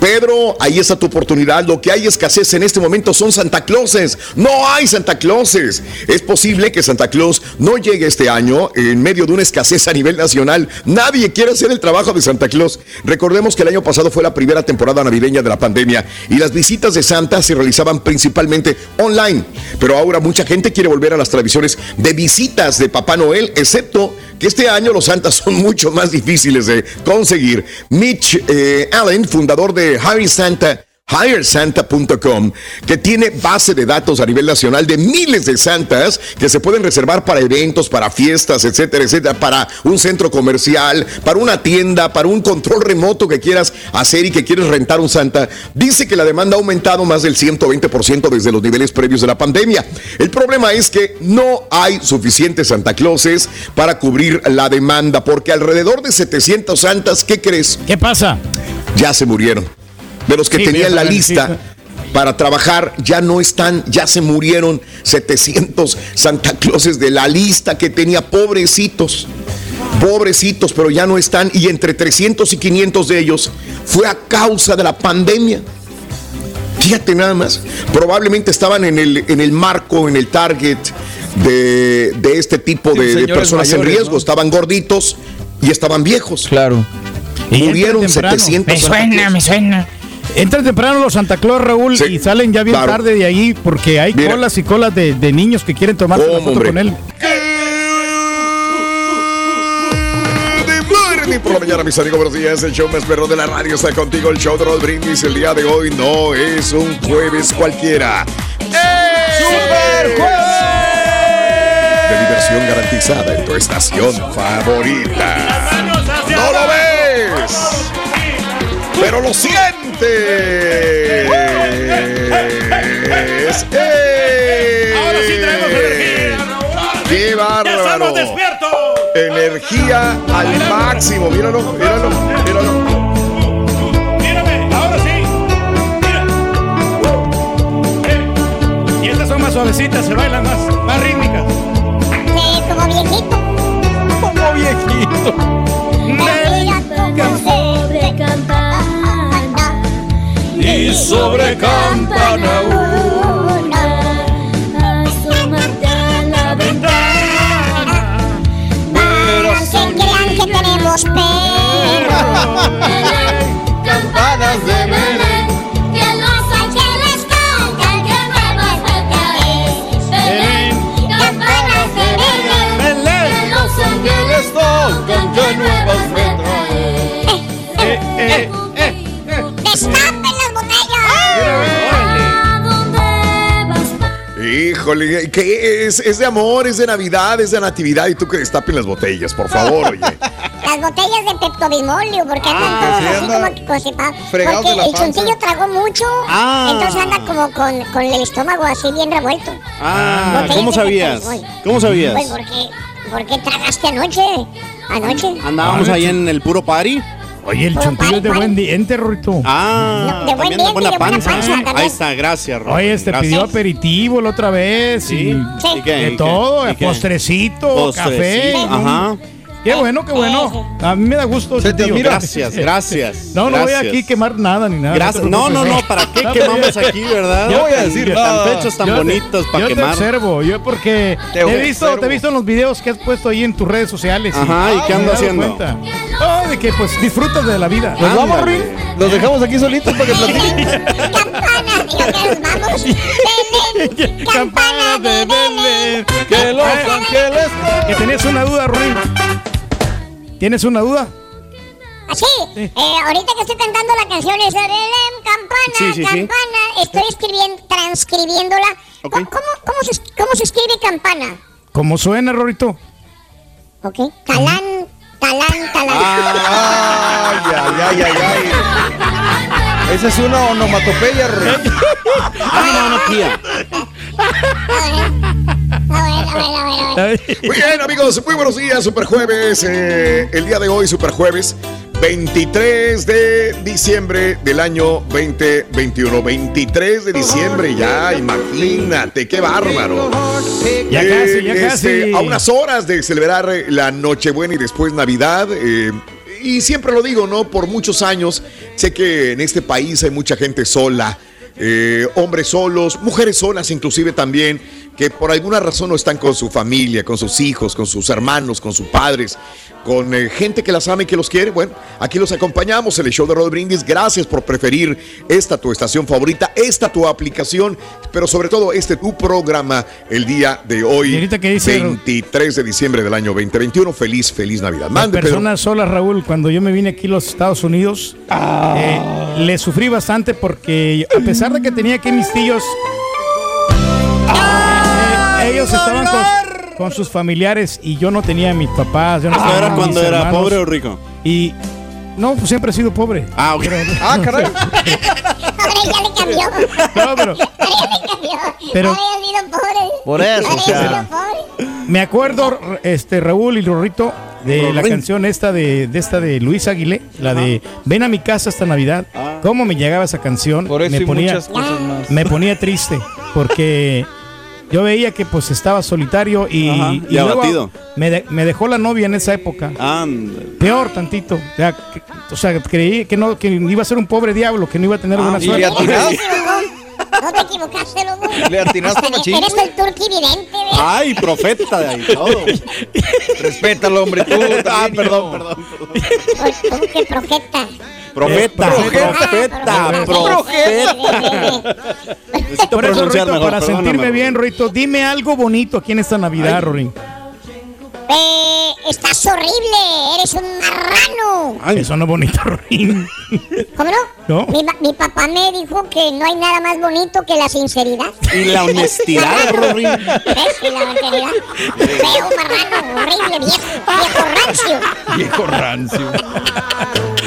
Speaker 2: Pedro, ahí está tu oportunidad. Lo que hay escasez en este momento son Santa Clauses. No hay Santa Clauses. Es posible que Santa Claus no llegue este año en medio de una escasez a nivel nacional. Nadie quiere hacer el trabajo de Santa Claus. Recordemos que el año pasado fue la primera temporada navideña de la pandemia y las visitas de Santa se realizaban principalmente online. Pero ahora mucha gente quiere volver a las tradiciones de visitas de Papá Noel, excepto que este año los santas son mucho más difíciles de conseguir. Mitch eh, Allen, fundador de Hire Santa, HireSanta.com, que tiene base de datos a nivel nacional de miles de santas que se pueden reservar para eventos, para fiestas, etcétera, etcétera, para un centro comercial, para una tienda, para un control remoto que quieras hacer y que quieres rentar un santa. Dice que la demanda ha aumentado más del 120% desde los niveles previos de la pandemia. El problema es que no hay suficientes Santa Clauses para cubrir la demanda, porque alrededor de 700 santas, ¿qué crees?
Speaker 4: ¿Qué pasa?
Speaker 2: Ya se murieron de los que
Speaker 4: Sí,
Speaker 2: tenían
Speaker 4: bien,
Speaker 2: la
Speaker 4: bien,
Speaker 2: lista
Speaker 4: sí.
Speaker 2: para trabajar ya no están, ya se murieron 700 Santa Clauses de la lista que tenía, pobrecitos. Pobrecitos, pero ya no están y entre 300 y 500 de ellos fue a causa de la pandemia. Fíjate nada más. Probablemente estaban en el, en el marco, en el target de, de este tipo
Speaker 3: Sí,
Speaker 2: de, de
Speaker 3: señores
Speaker 2: personas en
Speaker 3: mayores,
Speaker 2: riesgo.
Speaker 3: ¿no?
Speaker 2: Estaban gorditos y estaban viejos. Claro. Murieron 700.
Speaker 4: Me suena, me suena. Entran temprano los Santa Claus, Raúl, y salen ya bien
Speaker 2: claro.
Speaker 4: tarde de ahí porque hay
Speaker 2: Mira.
Speaker 4: colas y colas de, de niños que quieren tomarse la
Speaker 2: ¿Cómo,
Speaker 4: foto
Speaker 2: hombre?
Speaker 4: con él.
Speaker 2: Morning por la mañana, mis amigos, buenos días. El show más perro de la radio está contigo. El show de Roll Brindis. El día de hoy no es un jueves cualquiera. ¡Super De diversión garantizada en tu estación favorita. ¡No lo ves! ¡Pero lo sientes! ¡Ahora sí traemos energía! ¡Qué bárbaro! Energía al máximo. Míralo, míralo, míralo.
Speaker 4: Ahora sí. Uh, Y estas son más suavecitas, se bailan más, más rítmicas.
Speaker 5: Eh, como viejito.
Speaker 4: Como viejito.
Speaker 26: sobre
Speaker 5: Ah,
Speaker 26: campana y sobre campana una asómate a la ventana
Speaker 5: Para que crean que tenemos perro.
Speaker 26: campanas de Belén que los ángeles cantan que nueva suelta es Belén campanas de Belén que los ángeles cantan que nueva suelta es
Speaker 17: Eh,
Speaker 5: ¡Destapen las
Speaker 26: botellas!
Speaker 2: Híjole, ¿qué es? Es de amor, es de Navidad, es de Natividad y tú que destapen las botellas, por favor, oye.
Speaker 5: Las botellas de Pepto Bismol, porque
Speaker 17: Ah,
Speaker 5: andan todos así como constipados.
Speaker 2: fregados de
Speaker 5: Porque
Speaker 2: la
Speaker 5: el
Speaker 2: panza.
Speaker 5: chuntillo tragó mucho,
Speaker 2: Ah.
Speaker 5: entonces anda como con, con el estómago así bien revuelto.
Speaker 17: Ah,
Speaker 5: Botellas
Speaker 17: ¿cómo
Speaker 5: de Pepto
Speaker 17: sabías?
Speaker 5: Bismol.
Speaker 17: ¿Cómo sabías?
Speaker 5: Pues porque, porque tragaste anoche. Anoche.
Speaker 17: Andábamos ahí en el puro party.
Speaker 4: Oye, el chuntillo es de buen diente, Ruito.
Speaker 17: Ah,
Speaker 5: De buen
Speaker 17: también de
Speaker 5: diente y
Speaker 17: buena
Speaker 5: de buena
Speaker 17: panza. ¿eh?
Speaker 5: panza, también.
Speaker 17: Ahí está, gracias, Rob.
Speaker 4: Oye, este
Speaker 17: Gracias.
Speaker 4: pidió aperitivo la otra vez. Y
Speaker 17: Sí. ¿Y qué?
Speaker 4: De
Speaker 17: ¿Y qué?
Speaker 4: todo,
Speaker 17: ¿Y qué?
Speaker 4: postrecito, café.
Speaker 17: Postrecito, ajá.
Speaker 4: Qué bueno, qué bueno. A mí me da gusto.
Speaker 17: Se te
Speaker 4: tío.
Speaker 17: admira. Gracias, gracias,
Speaker 4: No, no voy
Speaker 17: gracias.
Speaker 4: aquí a quemar nada ni nada.
Speaker 17: Gracias.
Speaker 4: te
Speaker 17: No, no, no,
Speaker 4: preocupes,
Speaker 17: ¿para qué
Speaker 4: No,
Speaker 17: quemamos
Speaker 4: pero-
Speaker 17: aquí, verdad?
Speaker 4: Yo
Speaker 17: No voy a
Speaker 4: te-
Speaker 17: decir
Speaker 4: yo-
Speaker 17: nada. Tan fechas tan
Speaker 4: yo te-
Speaker 17: bonitos para quemar.
Speaker 4: Yo te observo, yo porque
Speaker 17: Te
Speaker 4: he visto,
Speaker 17: observo.
Speaker 4: te he visto en los videos que has puesto ahí en tus redes sociales.
Speaker 17: Ajá, ¿y qué ando
Speaker 4: me he dado
Speaker 17: haciendo?
Speaker 4: Ah, cuenta. Ah, de que pues disfrutas de la vida.
Speaker 17: Pues vamos, Ándale.
Speaker 4: Los dejamos aquí solitos para que platiquen.
Speaker 5: Campana
Speaker 4: de Belén, que los ángeles. Que tenías una duda, Ruin. ¿Tienes una duda?
Speaker 5: Así, eh, ahorita que estoy cantando la canción es de Belén, campana,
Speaker 4: Sí, sí, sí.
Speaker 5: campana, estoy escribiendo, transcribiéndola. ¿Cómo, cómo- cómo se, es- cómo se escribe campana?
Speaker 4: ¿Cómo suena, Rorito?
Speaker 5: ¿Ok?
Speaker 4: Ah.
Speaker 5: Talán, talán, talán.
Speaker 2: Ay, ay, ay, ay, ay.
Speaker 3: Esa es una onomatopeya, Rey.
Speaker 2: Muy bien, amigos, muy buenos días, Superjueves. Eh, el día de hoy, Superjueves, 23 de diciembre del año 2021. 23 de diciembre, ya, imagínate, qué bárbaro.
Speaker 4: Ya casi, ya casi.
Speaker 2: Eh, A unas horas de celebrar eh, la Nochebuena y después Navidad. eh, y siempre lo digo, ¿no? Por muchos años, sé que en este país hay mucha gente sola. eh, hombres solos, mujeres solas inclusive también, que por alguna razón no están con su familia, con sus hijos, con sus hermanos, con sus padres, con eh, gente que las ama y que los quiere. Bueno, aquí los acompañamos en el show de Rod Brindis. Gracias por preferir esta tu estación favorita, esta tu aplicación, pero sobre todo este tu programa el día de hoy, 23 de diciembre del año 2021. Feliz, feliz Navidad. Mande, Pedro.
Speaker 4: personas solas, Raúl, cuando yo me vine aquí a los Estados Unidos, eh, le sufrí bastante porque a pesar de que tenía aquí mis tíos, eh, ellos estaban con, con sus familiares y yo no tenía a mis papás. Yo no
Speaker 27: Ah,
Speaker 4: tenía
Speaker 27: ¿era
Speaker 4: a mis
Speaker 27: cuando era
Speaker 4: hermanos.
Speaker 27: pobre o rico?
Speaker 4: Y no, pues siempre he sido pobre. Ah,
Speaker 26: Ah, caray.
Speaker 4: No, pero Pero-
Speaker 17: Por eso, o sea.
Speaker 4: me acuerdo, este Raúl y Rorrito, de la
Speaker 17: Rorrín.
Speaker 4: canción esta de, de esta de Luis Aguilé, la de Ven a mi casa esta Navidad. ¿Cómo me llegaba esa canción?
Speaker 3: Por eso
Speaker 4: me
Speaker 3: y muchas cosas más.
Speaker 4: me ponía triste porque yo veía que pues estaba solitario y,
Speaker 27: Ajá, y
Speaker 4: luego
Speaker 27: abatido.
Speaker 4: Me, de- me dejó la novia en esa época. Peor tantito. O sea, que- o sea, creí que no que iba a ser un pobre diablo, que no iba a tener buena
Speaker 3: y le
Speaker 4: suerte.
Speaker 3: atinaste.
Speaker 5: No te equivocaste, loco.
Speaker 4: Le atinaste, machín.
Speaker 5: Eres el turquividente, ¿verdad?
Speaker 27: Ay, profeta de ahí. Todo.
Speaker 3: Respeta al hombre, tú.
Speaker 27: ah, perdón, perdón. Eh,
Speaker 5: Tú que profeta.
Speaker 27: Profeta,
Speaker 5: profeta,
Speaker 27: profeta, profeta. Necesito
Speaker 4: Por eso,
Speaker 27: pronunciar
Speaker 4: Rorrito,
Speaker 27: mejor,
Speaker 4: para
Speaker 27: perdóname.
Speaker 4: sentirme bien, Rorrito, dime algo bonito aquí en esta Navidad, Rorín.
Speaker 5: Eh, estás horrible, eres un marrano.
Speaker 4: Eso no es bonito, Rorín.
Speaker 5: ¿Cómo no?
Speaker 4: No.
Speaker 5: Mi, pa- mi papá me dijo que no hay nada más bonito que la sinceridad.
Speaker 27: Y la honestidad, Rorín.
Speaker 5: ¿Ves? Y la honestidad. Feo, marrano, horrible, viejo, viejo rancio.
Speaker 3: Viejo rancio.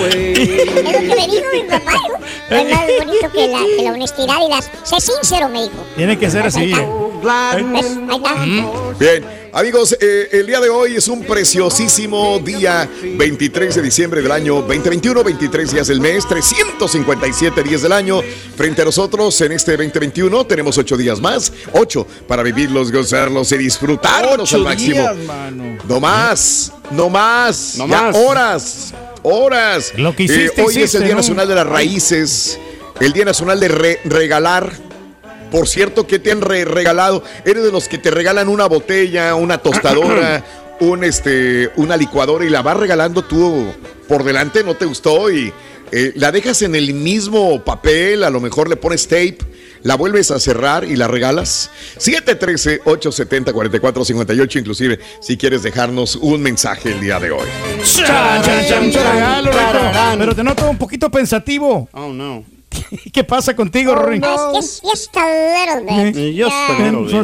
Speaker 5: Es lo que me dijo mi papá. dijo, No hay nada más bonito que la, que la honestidad y las... Sé sincero, me dijo.
Speaker 4: Tiene que ser así.
Speaker 27: eh.
Speaker 4: ¿eh?
Speaker 5: ¿Ves? Ahí está.
Speaker 2: Bien, amigos, eh, el día de hoy es un preciosísimo día, 23 de diciembre del año 2021, 23 días del mes, 357 días del año. Frente a nosotros en este 2021 tenemos 8 días más, 8 para vivirlos, gozarlos y disfrutarlos al
Speaker 3: Ocho
Speaker 2: máximo.
Speaker 3: días, mano.
Speaker 2: No más, no más,
Speaker 3: No
Speaker 2: ya
Speaker 3: más.
Speaker 2: horas, horas.
Speaker 3: Lo que hiciste,
Speaker 2: hoy es
Speaker 3: hiciste,
Speaker 2: el Día
Speaker 3: ¿no?
Speaker 2: Nacional de las Raíces, el Día Nacional de re- Regalar. Por cierto, ¿qué te han re- regalado? Eres de los que te regalan una botella, una tostadora, un este, una licuadora y la vas regalando tú por delante, no te gustó y eh, la dejas en el mismo papel, a lo mejor le pones tape la vuelves a cerrar y la regalas. 713-870-4458, inclusive, si quieres dejarnos un mensaje el día de hoy.
Speaker 4: Chan, chan, chan, mucho regalo, Rorrito. Pero te noto un poquito pensativo.
Speaker 27: Oh, no.
Speaker 4: ¿Qué pasa contigo,
Speaker 8: Oh,
Speaker 4: ¿Eh? Rorín?
Speaker 5: Just, just a little bit. Yeah.
Speaker 4: ¿Qué onda,
Speaker 5: Eh, bueno,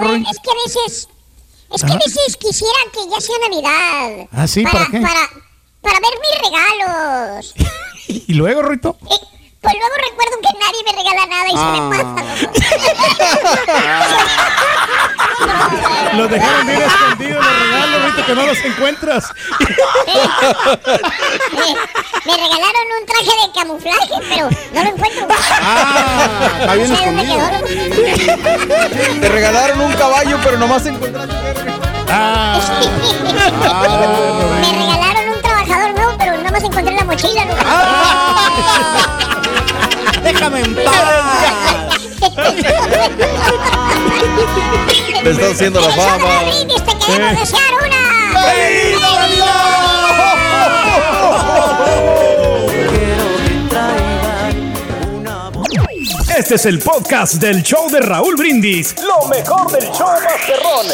Speaker 4: Rorín?
Speaker 5: Es que a veces, es que a
Speaker 4: Ajá.
Speaker 5: veces quisiera que ya sea Navidad.
Speaker 4: Ah, sí, ¿para qué?
Speaker 5: Para, para ver mis regalos.
Speaker 4: ¿Y luego, Rorrito?
Speaker 5: Pues luego recuerdo que nadie me regala nada y
Speaker 4: Ah. Los dejaron bien escondidos los regalos, Rorrito, que no los encuentras.
Speaker 5: se me, me regalaron un traje de camuflaje, pero no lo encuentro.
Speaker 4: Ah,
Speaker 3: Está bien Te regalaron un caballo, pero nomás encontraste.
Speaker 27: Ah.
Speaker 5: me regalaron un trabajador nuevo, pero nada más encontré la mochila. ¿no?
Speaker 27: Ah. Déjame en paz.
Speaker 17: Te está haciendo la fama.
Speaker 3: Eh,
Speaker 5: ¡Queremos desear una! ¡Feliz
Speaker 9: Este es el podcast del show de Raúl Brindis. Lo mejor del show Masterrón.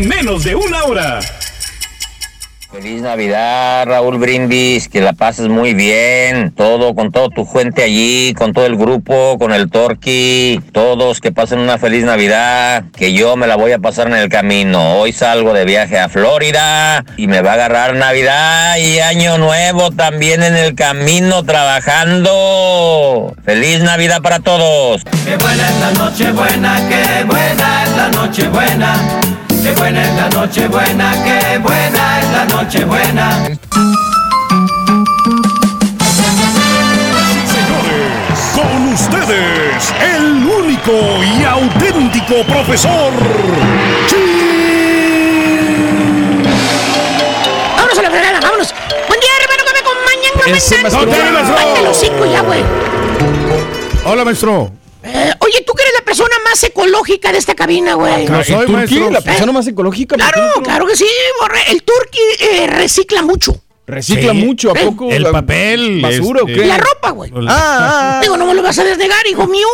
Speaker 9: En menos de una hora.
Speaker 12: Feliz Navidad, Raúl Brindis, que la pases muy bien, todo, con todo tu gente allí, con todo el grupo, con el Torqui, todos que pasen una feliz Navidad, que yo me la voy a pasar en el camino. Hoy salgo de viaje a Florida y me va a agarrar Navidad y Año Nuevo también en el camino trabajando. Feliz Navidad para todos.
Speaker 8: Qué buena es la noche buena, qué buena es la noche buena. Qué buena es la noche buena, qué buena es la noche buena.
Speaker 24: Con ustedes, el único y auténtico profesor.
Speaker 8: Vámonos a la fregada, vámonos. Buen día, hermano, que me acompañan, no me
Speaker 4: Ese
Speaker 8: engañen.
Speaker 4: maestro. ¡No te hagas, no!
Speaker 8: Cállate el hocico ya, güey.
Speaker 4: Hola, maestro.
Speaker 8: Eh, oye, tú que eres la persona más ecológica de esta cabina, güey. Eh,
Speaker 4: No soy,
Speaker 3: ¿Tú
Speaker 4: maestro.
Speaker 3: quién? ¿La persona más ecológica?
Speaker 8: Claro, claro que sí, borre. El turqui eh, recicla mucho.
Speaker 3: Recicla
Speaker 8: Sí.
Speaker 3: mucho, ¿a
Speaker 8: ¿Eh?
Speaker 3: poco?
Speaker 8: El
Speaker 3: La-
Speaker 4: papel,
Speaker 3: ¿Basura o
Speaker 4: este,
Speaker 3: qué?
Speaker 8: La ropa, güey.
Speaker 3: Ah, ah,
Speaker 8: Digo, no me lo vas a desnegar, hijo mío.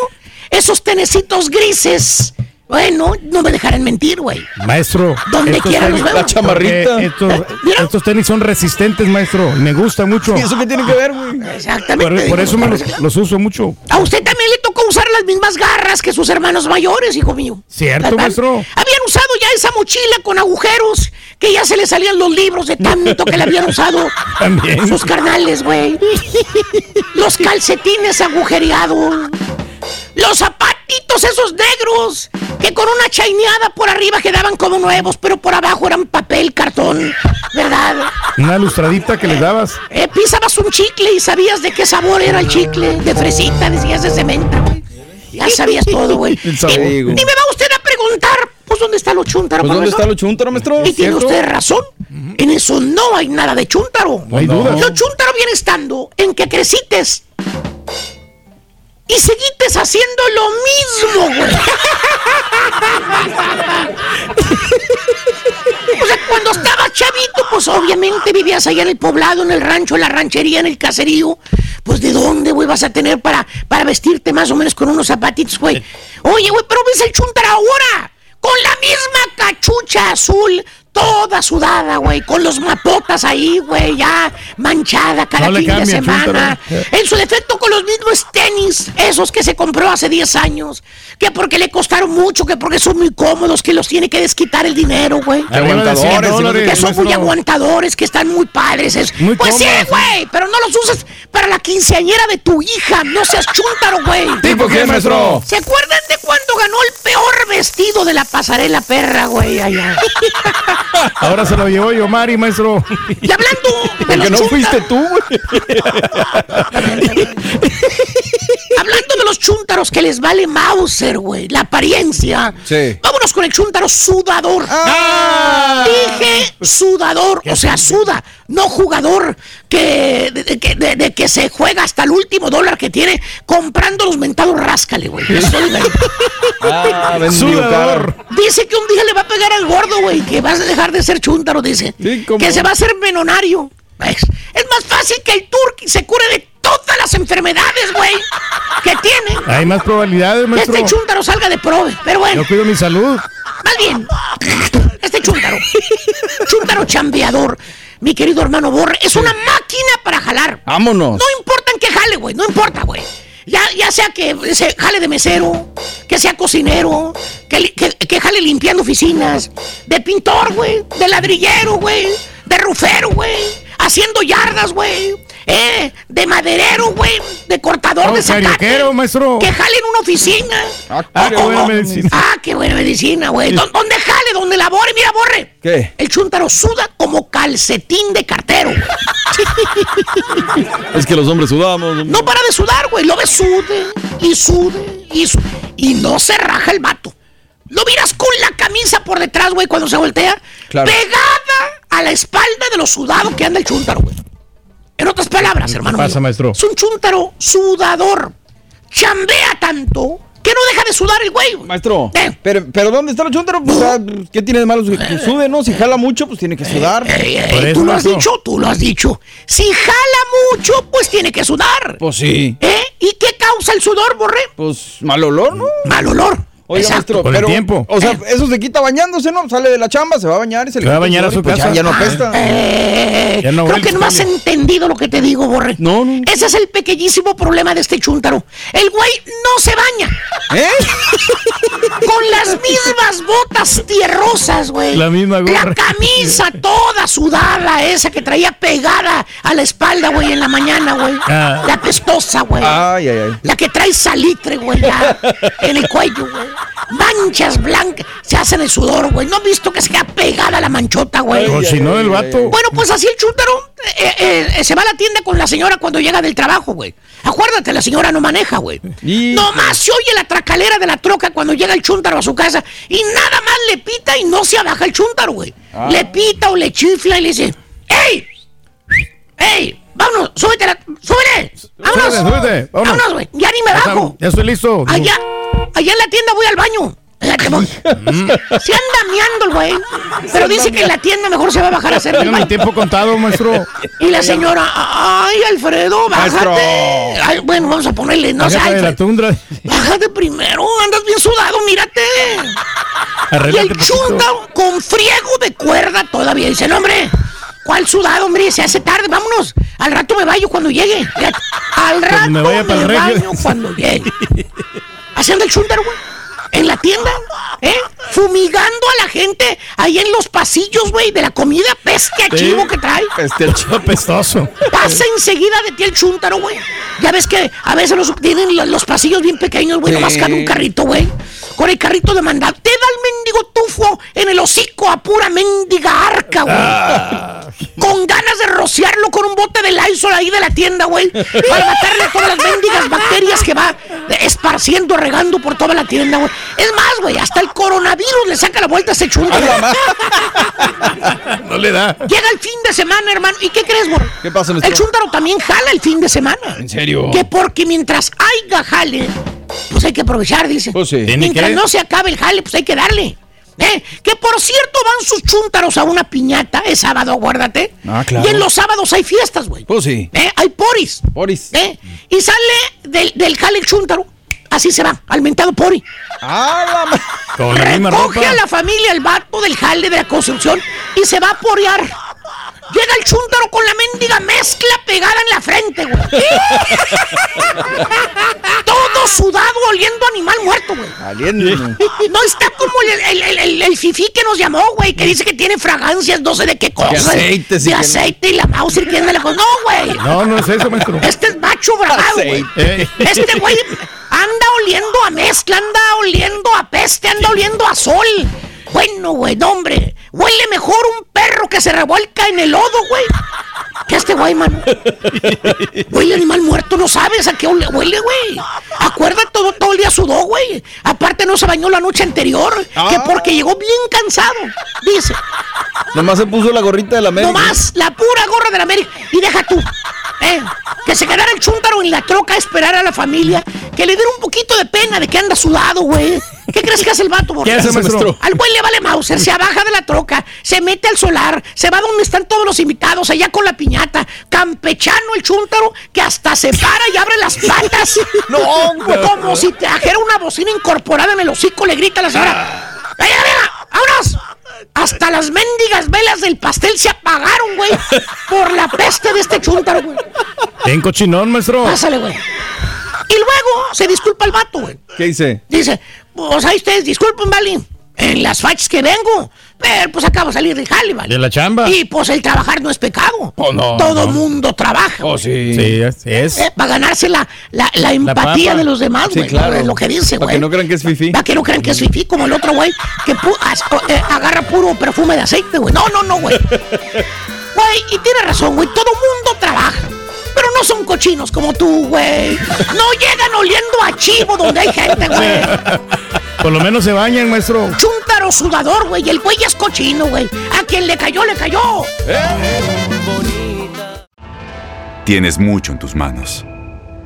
Speaker 8: Esos tenecitos grises. Bueno, no me dejarán mentir, güey.
Speaker 4: Maestro.
Speaker 8: Donde
Speaker 4: estos
Speaker 8: quiera los
Speaker 4: tenis-
Speaker 8: veo. La chamarrita.
Speaker 4: Porque Estos, estos tenis son resistentes, maestro. Me gusta mucho.
Speaker 8: ¿Y eso qué tiene que ver, Exactamente.
Speaker 4: Por, por eso me los, los uso mucho.
Speaker 8: A usted también le tocó usar las mismas garras que sus hermanos mayores, hijo mío.
Speaker 4: ¿Cierto,
Speaker 8: ¿Verdad?
Speaker 4: maestro?
Speaker 8: Habían usado ya esa mochila con agujeros que ya se le salían los libros de tanto que le habían usado
Speaker 4: También.
Speaker 8: sus carnales, güey. Los calcetines agujereados. Los zapatitos esos negros que con una chaineada por arriba quedaban como nuevos, pero por abajo eran papel, cartón, ¿verdad?
Speaker 4: Una lustradita que le dabas.
Speaker 8: Eh, pisabas un chicle y sabías de qué sabor era el chicle, de fresita, decías de cementa, güey. Ya sabías todo, güey.
Speaker 3: El sabor.
Speaker 8: Y, y me va usted a preguntar, pues, ¿dónde está lo chuntaro,
Speaker 3: Pues, ¿dónde
Speaker 8: profesor?
Speaker 3: está lo chuntaro, maestro?
Speaker 8: Y tiene
Speaker 3: ¿Cierto?
Speaker 8: usted razón. En eso no hay nada de chuntaro.
Speaker 3: No hay duda.
Speaker 8: Lo chuntaro viene estando en que crecites y seguites haciendo lo mismo, güey. O sea, cuando estaba chavito, pues obviamente vivías allá en el poblado, en el rancho, en la ranchería, en el caserío. Pues de dónde, güey, vas a tener para, para vestirte más o menos con unos zapatitos, güey. Oye, güey, pero ves el chuntara ahora. Con la misma cachucha azul, toda sudada, güey. Con los mapotas ahí, güey, ya manchada cada
Speaker 4: No le ¿eh?
Speaker 8: fin de
Speaker 4: cambia el
Speaker 8: semana.
Speaker 4: chúntaro.
Speaker 8: En su defecto con los mismos tenis, esos que se compró hace 10 años. Que porque le costaron mucho, que porque son muy cómodos, que los tiene que desquitar el dinero, güey.
Speaker 4: Arriba de cien
Speaker 8: Aguantadores,
Speaker 4: dólares,
Speaker 8: que son muy
Speaker 4: maestro.
Speaker 8: aguantadores, que están muy padres. es-
Speaker 4: Muy
Speaker 8: pues sí,
Speaker 4: cómodos, ¿eh?
Speaker 8: güey, pero no los uses para la quinceañera de tu hija. No seas chúntaro, güey.
Speaker 4: ¿Tipo qué, maestro?
Speaker 8: ¿Se acuerdan de cuando ganó el peor vestido de la pasarela perra, güey? Allá.
Speaker 4: Ahora se lo llevó yo, Mari, maestro.
Speaker 8: Y hablando de los chuntaros-
Speaker 4: tú,
Speaker 8: Hablando de los chúntaros que les vale Mauser, güey, la apariencia.
Speaker 4: Sí.
Speaker 8: Vámonos con el chúntaro sudador. Dije sudador, o sea, suda, no jugador que de, de- que- de- de que se juega hasta el último dólar que tiene comprando los mentados ráscale, güey. Eso es verdad.
Speaker 3: Ah, bendigo,
Speaker 4: Sudador.
Speaker 3: cara.
Speaker 8: Dice que un día le va a pegar al gordo, güey, que vas a dejar de ser chúntaro, dice. Que se va a hacer menonario. ¿Ves? Es más fácil que el turqui se cure de todas las enfermedades, güey, que tiene.
Speaker 4: Hay más probabilidades,
Speaker 8: Que
Speaker 4: maestro.
Speaker 8: este chúntaro salga de prove. Pero bueno,
Speaker 4: Yo cuido mi salud.
Speaker 8: más bien, este chúntaro, chúntaro chambeador, mi querido hermano Borre, es una máquina para jalar.
Speaker 3: Vámonos.
Speaker 8: No importan que jale, güey, no importa, güey. Ya, ya sea que se jale de mesero, que sea cocinero, que, li- que- que jale limpiando oficinas, de pintor, güey, de ladrillero, güey, de rufero, güey, haciendo yardas, güey, eh, de maderero, güey, de cortador
Speaker 4: Oh,
Speaker 8: de zacate,
Speaker 4: carioquero, maestro.
Speaker 8: que jale en una oficina.
Speaker 4: Ah, qué
Speaker 8: O- o-
Speaker 4: buena
Speaker 8: o-
Speaker 4: medicina.
Speaker 8: Ah, qué buena medicina, güey. Don- Donde jale, donde labore, mira, borre.
Speaker 3: ¿Qué?
Speaker 8: El chuntaro suda como calcetín de cartero. güey.
Speaker 3: Es que los hombres sudamos. hombre.
Speaker 8: No para de sudar, güey. Lo ves sude y sude y su- Y no se raja el vato. Lo miras con la camisa por detrás, güey, cuando se voltea.
Speaker 3: Claro.
Speaker 8: Pegada a la espalda de lo sudado que anda el chuntaro, güey. En otras palabras,
Speaker 4: ¿Qué
Speaker 8: hermano.
Speaker 4: pasa,
Speaker 8: mío,
Speaker 4: maestro?
Speaker 8: Es un chuntaro sudador. Chambea tanto que no deja de sudar el güey. güey.
Speaker 3: Maestro, pero, pero ¿dónde está el chuntaro? Pues, ah, ¿Qué tiene de malo? Que sude, ¿no? Si jala mucho, pues tiene que sudar.
Speaker 8: Por Eh, tú lo has dicho, tú lo has dicho. Si jala mucho, pues tiene que sudar.
Speaker 3: Pues sí.
Speaker 8: ¿Eh? ¿Y qué causa el sudor, borré?
Speaker 3: Pues mal olor, ¿no?
Speaker 8: Mal olor. Eh.
Speaker 3: Oiga,
Speaker 4: Exacto.
Speaker 3: maestro,
Speaker 4: Con el
Speaker 3: pero.
Speaker 4: tiempo.
Speaker 3: O sea, eso se quita bañándose, ¿no? Sale de la chamba, se va a bañar y se,
Speaker 4: Se
Speaker 3: le
Speaker 4: va a
Speaker 3: quita el
Speaker 4: bañar a
Speaker 3: sudor
Speaker 4: su
Speaker 3: y pues ya-
Speaker 4: casa.
Speaker 3: Ya, no apesta.
Speaker 4: Ya no
Speaker 3: huele
Speaker 4: huele.
Speaker 8: Eh, Creo que no has entendido lo que te digo, Borre.
Speaker 3: No,
Speaker 8: Ese es el pequeñísimo problema de este chúntaro. El güey no se baña.
Speaker 3: ¿Eh?
Speaker 8: Con las mismas botas tierrosas, güey.
Speaker 4: La misma gorra.
Speaker 8: La camisa toda sudada, esa que traía pegada a la espalda, güey, en la mañana, güey.
Speaker 4: Ah.
Speaker 8: La pestosa, güey.
Speaker 3: Ay, ay, ay.
Speaker 8: La que trae salitre, güey, ya, en el cuello, güey. Manchas blancas se hacen el sudor, güey. No he visto que se queda pegada la manchota, güey.
Speaker 4: Ay, Cocinó ay, Pues el ay, vato. ay, ay.
Speaker 8: Bueno, pues así el chúntaro eh, eh, eh, se va a la tienda con la señora cuando llega del trabajo, güey. Acuérdate, la señora no maneja, güey. Nomás se oye la tracalera de la troca cuando llega el chúntaro a su casa y nada más le pita y no se abaja el chúntaro, güey.
Speaker 26: Ah.
Speaker 8: Le pita o le chifla y le dice, ¡Ey! ¡Ey! ¡Vámonos! ¡Súbete! La, ¡Súbete! ¡Vámonos!
Speaker 4: Súbete, súbete, vámonos.
Speaker 8: ¡Vámonos, güey! ¡Ya ni me
Speaker 4: Ya
Speaker 8: bajo!
Speaker 4: estamos, Ya estoy listo.
Speaker 8: Allá, allá en la tienda voy al baño. Fíjate, voy.
Speaker 4: Mm.
Speaker 8: Se anda meando el güey. Pero dice que en la tienda mejor se va a bajar a hacer el
Speaker 4: Tengo mi
Speaker 8: baño.
Speaker 4: tiempo contado, maestro.
Speaker 8: Y la señora, ay, Alfredo,
Speaker 4: Maestro.
Speaker 8: bájate. Ay, bueno, vamos a ponerle, no sé,
Speaker 4: Agárrate de la
Speaker 8: Alfredo,
Speaker 4: tundra.
Speaker 8: bájate primero, andas bien sudado, mírate. Y
Speaker 4: Arréglate
Speaker 8: el chunda con friego de cuerda todavía dice, no, hombre, ¿cuál sudado, hombre? Se hace tarde, vámonos. Al rato me baño cuando llegue. Fíjate, Al rato
Speaker 4: Cuando
Speaker 8: me,
Speaker 4: me vaya para el regio.
Speaker 8: baño cuando llegue. Haciendo el chundar, güey. En la tienda, ¿eh? Fumigando a la gente ahí en los pasillos, güey, de la comida peste a
Speaker 4: Sí.
Speaker 8: chivo que trae.
Speaker 4: Este chivo apestoso.
Speaker 8: Pasa enseguida de ti el chúntaro, güey. Ya ves que a veces los tienen lo- los pasillos bien pequeños, güey. Nomás
Speaker 4: Sí.
Speaker 8: cabe un carrito, güey. Con el carrito de mandado. Te da el mendigo tufo en el hocico a pura mendiga arca, güey.
Speaker 4: Ah.
Speaker 22: Ah.
Speaker 8: Con ganas de rociarlo con un bote de Lysol ahí de la tienda, güey. Para matarle todas las mendigas bacterias que va esparciendo, regando por toda la tienda, güey. Es más, güey, hasta el coronavirus le saca la vuelta a ese chúntaro.
Speaker 4: No le da.
Speaker 8: Llega el fin de semana, hermano. ¿Y qué crees, güey?
Speaker 4: ¿Qué pasa,
Speaker 8: El chúntaro también jala el fin de semana.
Speaker 4: ¿En serio?
Speaker 8: Que porque mientras haya jale, pues hay que aprovechar, dice.
Speaker 4: Pues sí. Tiene
Speaker 8: Mientras
Speaker 4: que.
Speaker 8: no se acabe el jale, pues hay que darle. ¿Eh? Que por cierto van sus chúntaros a una piñata, es sábado, acuérdate.
Speaker 3: Ah, claro.
Speaker 8: Y en los sábados hay fiestas, güey.
Speaker 3: Pues sí.
Speaker 8: ¿Eh? Hay poris.
Speaker 3: Poris.
Speaker 8: ¿Eh? Y sale del, del jale el chúntaro. Así se va, alimentado pori.
Speaker 4: Con la misma
Speaker 8: Recoge
Speaker 4: ropa.
Speaker 8: a la familia el vato del jale de la construcción y se va a porear. Llega el chúntaro con la mendiga mezcla pegada en la frente, güey. Todo sudado, oliendo a animal muerto, güey. No está como el, el, el, el- el fifí que nos llamó, güey, que dice que tiene fragancias, no sé de qué cosa.
Speaker 4: aceite, sí
Speaker 8: De
Speaker 4: que no.
Speaker 8: aceite y la mouse y quién me la cosa. No, güey.
Speaker 4: No, no es eso, maestro.
Speaker 8: Este es macho bragado, güey.
Speaker 4: Ey.
Speaker 8: Este güey anda oliendo a mezcla, anda oliendo a peste, anda oliendo a sol. Bueno, güey, no, hombre. Huele mejor un perro que se revuelca en el lodo, güey. Que este güey, mano. Huele animal muerto, no sabes a qué huele, huele, güey. Acuérdate, todo, todo el día sudó, güey. Aparte no se bañó la noche anterior, que porque llegó bien cansado, dice.
Speaker 3: Nomás se puso la gorrita de la América.
Speaker 8: Nomás la pura gorra de la América. Y deja tú, eh, que se quedara el chúntaro en la troca a esperar a la familia, que le diera un poquito de pena de que anda sudado, güey. ¿Qué crees que hace el vato, Borja?
Speaker 4: ¿Qué hace, maestro?
Speaker 8: Al güey le vale Mauser, se abaja de la troca, se mete al solar, se va donde están todos los invitados, allá con la piñata, campechano el chúntaro, que hasta se para y abre las patas. no,
Speaker 26: güey.
Speaker 8: Como si trajera una bocina incorporada en el hocico, le grita a la señora. ¡Venga, venga! ¡Vámonos! Hasta las mendigas velas del pastel se apagaron, güey, por la peste de este chúntaro, güey.
Speaker 4: En cochinón, maestro.
Speaker 8: Pásale, güey. Y luego se disculpa el vato, güey.
Speaker 4: ¿Qué hice?
Speaker 8: Dice, pues ahí ustedes, disculpen, vale, en las fachas que vengo, pero pues acabo de salir del jale, vale.
Speaker 4: De la chamba.
Speaker 8: Y pues el trabajar no es pecado.
Speaker 4: Oh, no,
Speaker 8: Todo
Speaker 4: no.
Speaker 8: mundo trabaja.
Speaker 4: Oh, sí. Sí, así es.
Speaker 8: eh, para ganarse la, la, la empatía
Speaker 3: papa.
Speaker 8: de los demás,
Speaker 3: Sí,
Speaker 8: güey.
Speaker 3: claro.
Speaker 8: Es lo que dice,
Speaker 3: Para
Speaker 8: güey.
Speaker 3: que no crean que es fifí.
Speaker 8: Para que no crean que es fifí como el otro güey que pu- as- o- eh, agarra puro perfume de aceite, güey. No, no, no, güey. Güey, y tiene razón, güey. Todo mundo trabaja. Pero no son cochinos como tú, güey. No llegan oliendo a chivo donde hay gente, güey.
Speaker 4: Por lo menos se bañan, maestro.
Speaker 8: Chúntaro sudador, güey. El güey es cochino, güey. A quien le cayó, le cayó.
Speaker 18: Tienes mucho en tus manos.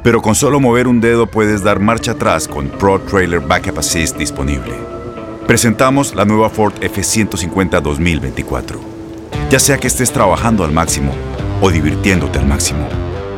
Speaker 18: Pero con solo mover un dedo puedes dar marcha atrás con Pro Trailer Backup Assist disponible. Presentamos la nueva Ford F150 2024. Ya sea que estés trabajando al máximo o divirtiéndote al máximo,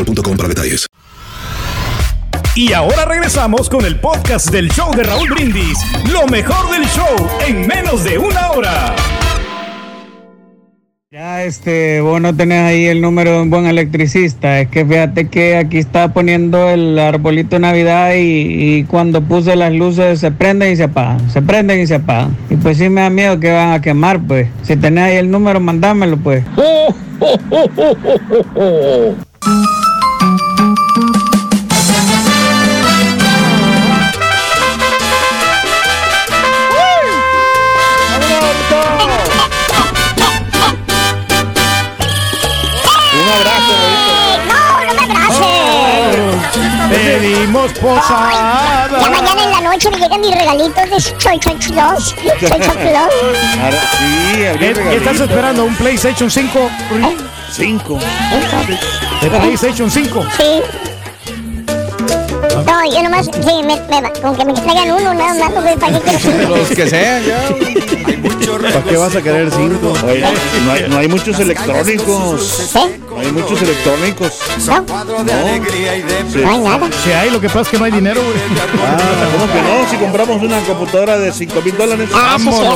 Speaker 23: para detalles.
Speaker 9: Y ahora regresamos con el podcast del show de Raúl Brindis. Lo mejor del show en menos de una hora.
Speaker 7: Ya, este, vos no tenés ahí el número de un buen electricista. Es que fíjate que aquí está poniendo el arbolito de Navidad y, y cuando puse las luces se prenden y se apagan, se prenden y se apagan. Y pues sí me da miedo que van a quemar, pues. Si tenés ahí el número, mandámelo, pues.
Speaker 5: Un abrazo, No, no me abraces.
Speaker 4: Oh, Pedimos posada.
Speaker 5: Ya mañana en la noche me llegan mis regalitos de Choy Choy Chulos. Choy Choy Chulos.
Speaker 4: sí, ¿Qué, qué estás esperando? ¿Un PlayStation 5? 5. ¿De PlayStation 5?
Speaker 5: Sí. No, yo nomás, sí, me, me, con que me traigan uno, nada más, porque para qué quiero cinco.
Speaker 4: Los que sean, ya.
Speaker 6: ¿Para qué vas a querer cinco? Oye, no, hay, no hay muchos electrónicos. No hay muchos electrónicos. Sí.
Speaker 5: No. No hay nada.
Speaker 4: Si hay, lo que pasa es que no hay dinero, güey.
Speaker 6: Ah, ¿cómo que no? Si compramos una computadora de 5 mil dólares.
Speaker 2: Ah, pues,
Speaker 16: ¿eh?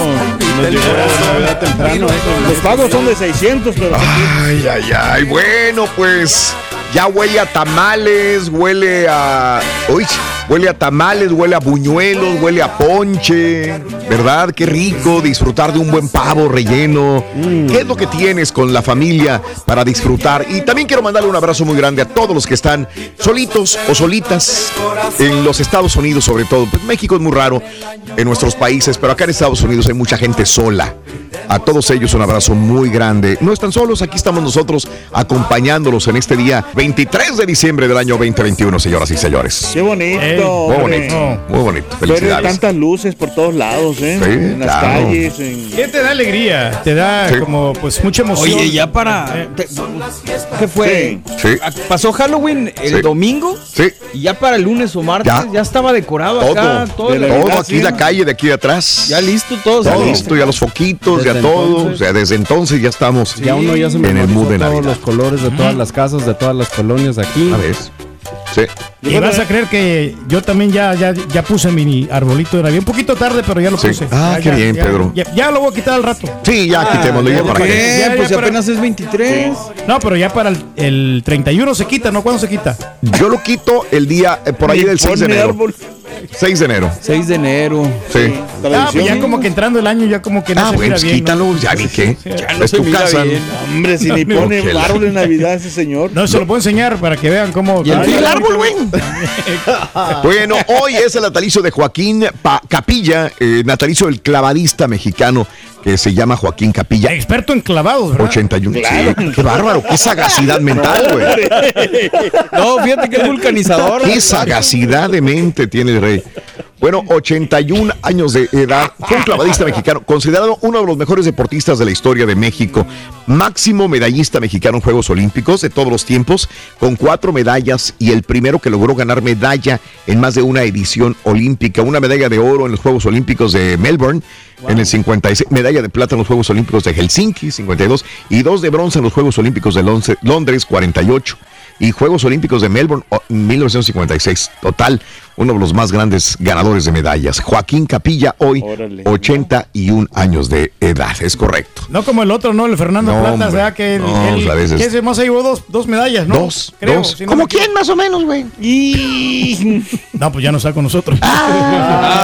Speaker 6: Los pagos son de 600, pero.
Speaker 2: Ay, ay, ay. Bueno, pues ya huele a tamales, huele a. Uy, huele a tamales, huele a buñuelos, huele a ponche. ¿Verdad? Qué rico disfrutar de un buen pavo relleno.
Speaker 6: Mm.
Speaker 2: ¿Qué es lo que tienes con la familia para disfrutar? Y también quiero mandarle un abrazo muy grande a todos los que están solitos o solitas en los Estados Unidos, sobre todo. Pues México es muy raro en nuestros países, pero acá en Estados Unidos hay mucha gente sola. A todos ellos un abrazo muy grande. No están solos, aquí estamos nosotros acompañándolos en este día 23 de diciembre del año 2021, señoras y señores.
Speaker 6: Qué bonito.
Speaker 2: Muy bonito, muy bonito.
Speaker 6: Pero
Speaker 2: Felicidades.
Speaker 6: tantas luces por todos lados, ¿eh?
Speaker 2: Sí,
Speaker 6: en las
Speaker 2: claro.
Speaker 6: calles, en.
Speaker 4: ¿Qué te da alegría? Te da como, pues, mucha emoción.
Speaker 3: Oye, ya para-
Speaker 4: Eh,
Speaker 3: ¿Qué fue?
Speaker 2: Sí.
Speaker 3: Ah, Pasó Halloween el
Speaker 2: Sí.
Speaker 3: domingo.
Speaker 2: Sí.
Speaker 3: Y ya para el lunes o martes ya,
Speaker 2: Ya.
Speaker 3: estaba decorado
Speaker 2: Todo,
Speaker 3: acá. Todo,
Speaker 2: todo,
Speaker 3: el-
Speaker 2: aquí la calle de aquí de atrás.
Speaker 3: Ya listo todo.
Speaker 2: Ya
Speaker 3: todo.
Speaker 2: listo, ya los foquitos, ya
Speaker 13: Desde
Speaker 2: todo.
Speaker 13: entonces.
Speaker 2: O sea, desde entonces ya estamos
Speaker 13: Ya uno ya se
Speaker 2: en el mood
Speaker 13: memorizó
Speaker 2: de
Speaker 13: todos
Speaker 2: Navidad.
Speaker 13: los colores de todas las casas, de todas las colonias aquí.
Speaker 2: A ver. Sí.
Speaker 4: Y vas a creer que yo también ya, ya, ya puse mi arbolito de Navidad. Un poquito tarde, pero ya lo
Speaker 2: Sí.
Speaker 4: puse.
Speaker 2: Ah,
Speaker 4: Ya,
Speaker 2: qué
Speaker 4: ya,
Speaker 2: bien,
Speaker 4: ya,
Speaker 2: Pedro.
Speaker 4: Ya, ya lo voy a quitar al rato. Ah,
Speaker 2: Sí, ya quitémoslo ya para qué.
Speaker 3: Ya, pues,
Speaker 4: para-
Speaker 3: apenas es 23.
Speaker 4: No, pero ya para el, el 31 se quita, ¿no? ¿Cuándo se quita?
Speaker 2: Yo lo quito el día, eh, por ahí
Speaker 4: Ni
Speaker 2: del 6 de
Speaker 4: pone
Speaker 2: enero.
Speaker 4: árbol.
Speaker 2: 6 de enero.
Speaker 3: 6 de enero.
Speaker 2: Sí.
Speaker 4: Ah, pues ya como que entrando el año, ya como que no
Speaker 2: Ah,
Speaker 4: se
Speaker 2: bueno,
Speaker 4: mira
Speaker 2: pues
Speaker 4: bien. ¿no?
Speaker 2: quítalo, ya ni qué.
Speaker 4: Ya
Speaker 6: no
Speaker 2: Es
Speaker 6: se
Speaker 2: tu
Speaker 6: mira
Speaker 2: casa.
Speaker 6: bien.
Speaker 2: ¿no?
Speaker 6: Hombre, si ni
Speaker 2: No,
Speaker 6: pone
Speaker 2: que
Speaker 6: el
Speaker 2: la-
Speaker 6: árbol en Navidad ese señor.
Speaker 4: No, se lo puedo enseñar para que vean cómo.
Speaker 2: el-
Speaker 4: Ay,
Speaker 2: el árbol,
Speaker 4: güey.
Speaker 2: Bueno, hoy es el natalicio de Joaquín Pa- Capilla, eh, natalicio del clavadista mexicano que se llama Joaquín Capilla.
Speaker 4: Experto en clavados, ¿verdad?
Speaker 2: 81. Sí, qué bárbaro, qué sagacidad mental, güey.
Speaker 3: No, fíjate que es vulcanizador.
Speaker 2: Qué sagacidad de mente tiene el rey. Bueno, 81 años de edad, fue un clavadista mexicano, considerado uno de los mejores deportistas de la historia de México, máximo medallista mexicano en Juegos Olímpicos de todos los tiempos, con cuatro medallas y el primero que logró ganar medalla en más de una edición olímpica, una medalla de oro en los Juegos Olímpicos de Melbourne en el 56, medalla de plata en los Juegos Olímpicos de Helsinki 52 y dos de bronce en los Juegos Olímpicos de Londres- Londres 48 y Juegos Olímpicos de Melbourne o- 1956. Total, uno de los más grandes ganadores de medallas. Joaquín Capilla, hoy 81 años de edad, es correcto.
Speaker 4: No como el otro, ¿no? El Fernando
Speaker 2: No,
Speaker 4: Plata,
Speaker 2: hombre.
Speaker 4: ¿verdad? Que el,
Speaker 2: No, pues,
Speaker 4: el-
Speaker 2: a veces-
Speaker 4: que ese más se llevó dos, dos medallas, ¿no?
Speaker 2: Dos, dos.
Speaker 4: ¿Cómo
Speaker 8: ¿Como quién más o menos, güey? Y...
Speaker 4: No, pues ya no está con nosotros.
Speaker 2: Ah.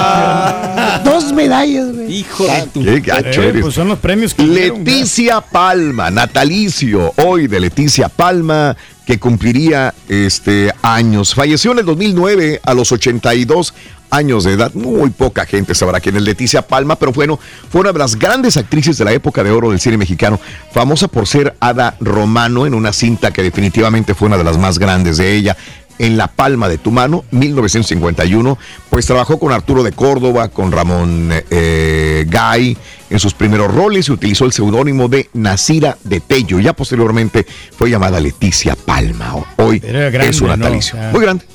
Speaker 8: Dos medallas, güey.
Speaker 4: Hijo
Speaker 2: Qué gacho
Speaker 4: Eh,
Speaker 2: eres.
Speaker 4: pues son los premios que dieron, güey.
Speaker 2: Leticia Palma, natalicio hoy de Leticia Palma, que cumpliría este años. Falleció en el 2009 a los 82 años de edad. Muy poca gente sabrá quién es Leticia Palma, pero bueno, fue una de las grandes actrices de la época de oro del cine mexicano, famosa por ser Ada Romano en una cinta que definitivamente fue una de las más grandes de ella. En La Palma de tu Mano, 1951, pues trabajó con Arturo de Córdoba, con Ramón eh, Gay en sus primeros roles y utilizó el seudónimo de Nasira de Tello. Ya posteriormente fue llamada Leticia Palma. O- Hoy
Speaker 4: Era grande,
Speaker 2: es su
Speaker 4: ¿no?
Speaker 2: natalicio.
Speaker 4: O sea,
Speaker 2: Muy grande,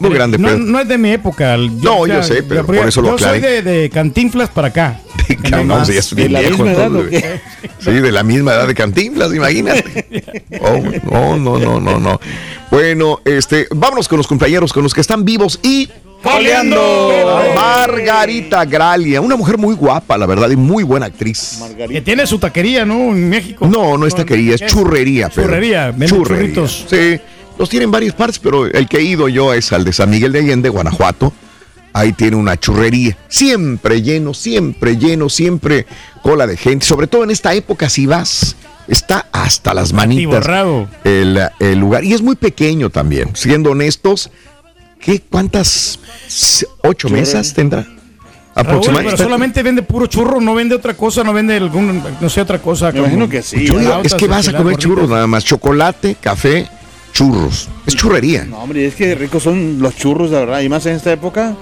Speaker 2: muy
Speaker 4: Mire,
Speaker 2: grande,
Speaker 4: no,
Speaker 2: Pedro.
Speaker 4: no es de mi época. el-
Speaker 2: No, yo sé, pero por eso lo
Speaker 4: Yo soy de,
Speaker 2: aclaré.
Speaker 4: de Cantinflas para acá.
Speaker 2: Caramba,
Speaker 4: nomás.
Speaker 2: ya es
Speaker 4: ¿De
Speaker 2: bien
Speaker 4: la
Speaker 2: viejo,
Speaker 4: misma edad
Speaker 2: entonces.
Speaker 4: o
Speaker 2: Sí, de la misma edad de Cantinflas, imagínate. Oh, no, no, no, no, no. Bueno, este, vámonos con los compañeros, con los que están vivos y
Speaker 4: ¡Coleando!
Speaker 2: Margarita Gralia, una mujer muy guapa, la verdad, y muy buena actriz.
Speaker 4: Que tiene su taquería, ¿no? En México.
Speaker 2: No, no es taquería, es churrería. Pedro.
Speaker 4: Churrería, venden
Speaker 2: Churrería.
Speaker 4: churritos.
Speaker 2: Sí, los tienen en varias partes, pero el que he ido yo es al de San Miguel de Allende, Guanajuato. Ahí tiene una churrería, siempre lleno, siempre lleno, siempre cola de gente. Sobre todo en esta época, si vas, está hasta las manitas
Speaker 4: Atiborrado.
Speaker 2: el, el lugar. Y es muy pequeño también, siendo honestos. ¿Qué, ¿Cuántas? ¿Ocho
Speaker 4: Churrería.
Speaker 2: mesas tendrá?
Speaker 4: Raúl, pero
Speaker 2: Aproximadamente.
Speaker 4: solamente vende puro churro, no vende otra cosa, no vende algún, no sé, otra cosa. Me
Speaker 2: imagino que
Speaker 4: sí.
Speaker 2: Yo digo, es que vas a comer churros nada más. Chocolate, café, churros. Es churrería.
Speaker 16: No, hombre, es que ricos son los churros, la verdad. Y más en esta época,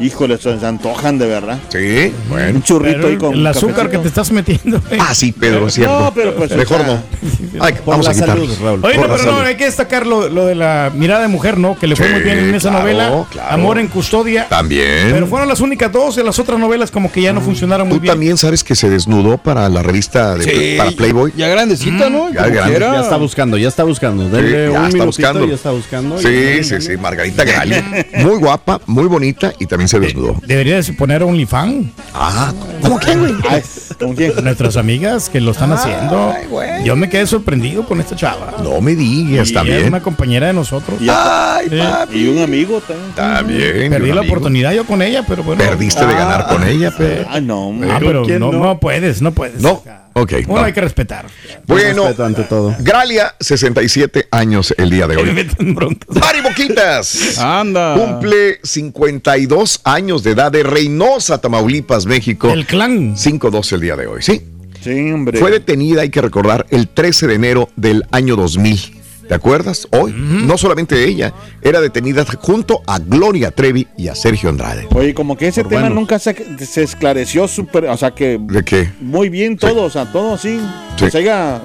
Speaker 16: híjole, se se antojan de verdad.
Speaker 2: Sí, bueno.
Speaker 16: Un churrito ahí con
Speaker 4: El azúcar que
Speaker 16: cafecito.
Speaker 4: te estás metiendo. eh, güey.
Speaker 2: Ah, sí, Pedro, cierto.
Speaker 4: No, pero pues,
Speaker 2: Mejor
Speaker 4: o sea,
Speaker 2: no. Ay, vamos a quitarlos, Raúl.
Speaker 4: Oye,
Speaker 2: Por
Speaker 4: no,
Speaker 2: la
Speaker 4: pero no,
Speaker 2: salud.
Speaker 4: hay que destacar lo, lo de la mirada de mujer, ¿no? Que le fue
Speaker 2: Sí,
Speaker 4: muy bien en esa
Speaker 2: claro,
Speaker 4: novela.
Speaker 2: claro.
Speaker 4: Amor en custodia.
Speaker 2: También.
Speaker 4: Pero fueron las únicas dos, y las otras novelas como que ya no funcionaron muy
Speaker 2: ¿eh? Mm. Tú
Speaker 4: bien.
Speaker 2: también sabes que se desnudó para la revista de,
Speaker 4: Sí,
Speaker 2: para Playboy. Mm,
Speaker 3: Ya grandecita, ¿no?
Speaker 2: Ya grande.
Speaker 28: Ya está buscando, ya está buscando. Denle un
Speaker 2: Sí, ya está
Speaker 28: minutito
Speaker 2: buscando.
Speaker 28: y ya está buscando.
Speaker 2: Sí, sí, sí, Margarita Galio. Muy guapa, muy bonita y también se desnudó.
Speaker 4: Debería de poner OnlyFans.
Speaker 2: Ah,
Speaker 4: ¿Cómo qué, güey? Nuestras amigas que lo están haciendo. Yo me quedé sorprendido con esta chava.
Speaker 2: No me digas
Speaker 4: Y
Speaker 2: también.
Speaker 4: Es una compañera de nosotros.
Speaker 2: Ay,
Speaker 4: Sí.
Speaker 2: papi.
Speaker 16: Y un amigo también.
Speaker 2: También.
Speaker 4: Perdí
Speaker 2: y un
Speaker 4: la
Speaker 2: amigo.
Speaker 4: oportunidad yo con ella, pero bueno.
Speaker 2: Perdiste de ganar con ella, pero.
Speaker 16: Ah, no,
Speaker 4: Ah, pero no, no puedes, no puedes.
Speaker 2: No. Ok.
Speaker 4: Bueno,
Speaker 2: no.
Speaker 4: hay que respetar.
Speaker 2: Bueno, Gralia, 67 años el día de hoy. Mari Boquitas Anda. cumple 52 años de edad de Reynosa, Tamaulipas, México. El
Speaker 4: clan.
Speaker 2: 5-2 el día de hoy, sí.
Speaker 16: Sí, hombre.
Speaker 2: Fue detenida, hay que recordar, el 13 de enero del año 2000. ¿Te acuerdas? Hoy, no solamente ella, era detenida junto a Gloria Trevi y a Sergio Andrade.
Speaker 16: Oye, como que ese
Speaker 2: Por
Speaker 16: tema
Speaker 2: bueno.
Speaker 16: nunca se, se esclareció súper, o sea que
Speaker 2: ¿De qué?
Speaker 16: muy bien todo, o sea, todo así.
Speaker 2: Sí.
Speaker 16: O sea, ya,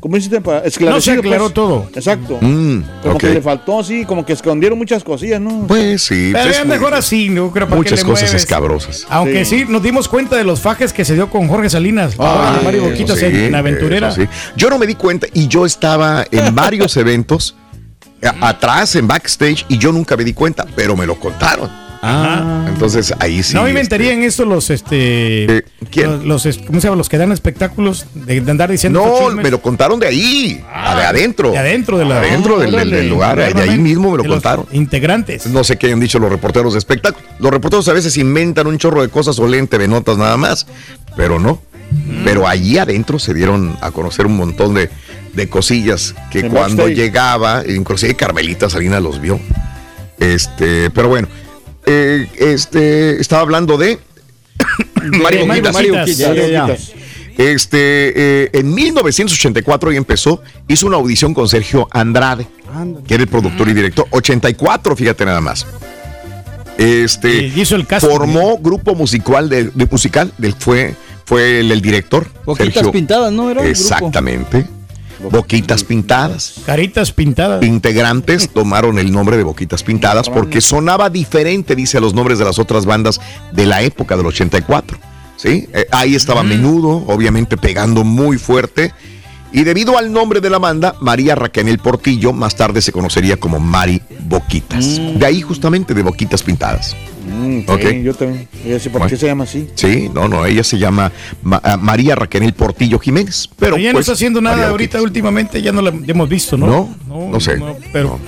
Speaker 16: ¿cómo hiciste para esclarecer?
Speaker 4: No se aclaró todo.
Speaker 16: pues. Exacto.
Speaker 2: Mm,
Speaker 16: Como
Speaker 2: ok.
Speaker 16: que le faltó así, como que escondieron muchas cosillas, ¿no?
Speaker 2: Pues sí.
Speaker 4: Pero
Speaker 2: pues,
Speaker 4: es mejor así, ¿no? Creo, ¿para qué
Speaker 2: muchas
Speaker 4: le
Speaker 2: cosas
Speaker 4: mueves?
Speaker 2: escabrosas.
Speaker 4: Aunque sí. nos dimos cuenta de los fajes que se dio con Jorge Salinas.
Speaker 2: Ah,
Speaker 4: con Mario
Speaker 2: eso
Speaker 4: Boquitas
Speaker 2: sí,
Speaker 4: en, en Aventurera.
Speaker 2: eso sí. Yo no me di cuenta y yo estaba en varios eventos a- atrás en backstage y yo nunca me di cuenta, pero me lo contaron.
Speaker 4: Ah.
Speaker 2: Entonces ahí sí. Eh,
Speaker 4: no inventarían esto los este los, los, es- ¿cómo se llama? los que dan espectáculos de, de andar diciendo estos
Speaker 2: No,
Speaker 4: chismes. Ah,
Speaker 2: me lo contaron de ahí, a- de adentro.
Speaker 4: de adentro de la-
Speaker 2: Adentro del, del- del
Speaker 4: Órale.
Speaker 2: lugar, de ahí mismo me lo
Speaker 4: De los
Speaker 2: contaron.
Speaker 4: Integrantes.
Speaker 2: No sé qué han dicho los reporteros de espectáculo. Los reporteros a veces inventan un chorro de cosas o lente de notas nada más, pero no.
Speaker 4: Mm.
Speaker 2: Pero allí adentro se dieron a conocer un montón de, de cosillas que
Speaker 16: En
Speaker 2: cuando
Speaker 16: backstage.
Speaker 2: llegaba, inclusive Carmelita Salinas los vio. Este, pero bueno, eh, este, estaba hablando de
Speaker 4: Mario
Speaker 2: Mario Boquitas.
Speaker 4: Mario Boquitas.
Speaker 2: Mario
Speaker 4: Ya, ya, ya.
Speaker 2: Boquitas. Este, eh, en 1984 y empezó, hizo una audición con Sergio Andrade, que era el
Speaker 4: Ah.
Speaker 2: productor y director. 84, fíjate nada más. Este,
Speaker 4: hizo el casting.
Speaker 2: formó grupo musical del de musical del fue fue el, el director.
Speaker 3: Boquitas pintadas, ¿no? Era el grupo.
Speaker 2: Exactamente. Boquitas pintadas.
Speaker 4: Caritas pintadas.
Speaker 2: Integrantes tomaron el nombre de Boquitas Pintadas porque sonaba diferente, dice, a los nombres de las otras bandas de la época del 84. ¿sí? Eh, ahí estaba
Speaker 4: Mm.
Speaker 2: menudo, obviamente pegando muy fuerte. Y debido al nombre de la banda, María Raquel Portillo más tarde se conocería como Mari Boquitas.
Speaker 4: Mm.
Speaker 2: De ahí justamente de Boquitas Pintadas.
Speaker 16: Mm,
Speaker 2: Ok.
Speaker 16: sí, yo también. Yo sí, ¿Por
Speaker 2: Bueno.
Speaker 16: qué se llama así?
Speaker 2: Sí, no, no, ella se llama Ma- ah, María Raquel Portillo Jiménez. Pero
Speaker 4: Pero ya no
Speaker 2: pues,
Speaker 4: está haciendo nada
Speaker 2: María
Speaker 4: ahorita últimamente, ya no la hemos visto, ¿no?
Speaker 2: No, no sé.
Speaker 4: pero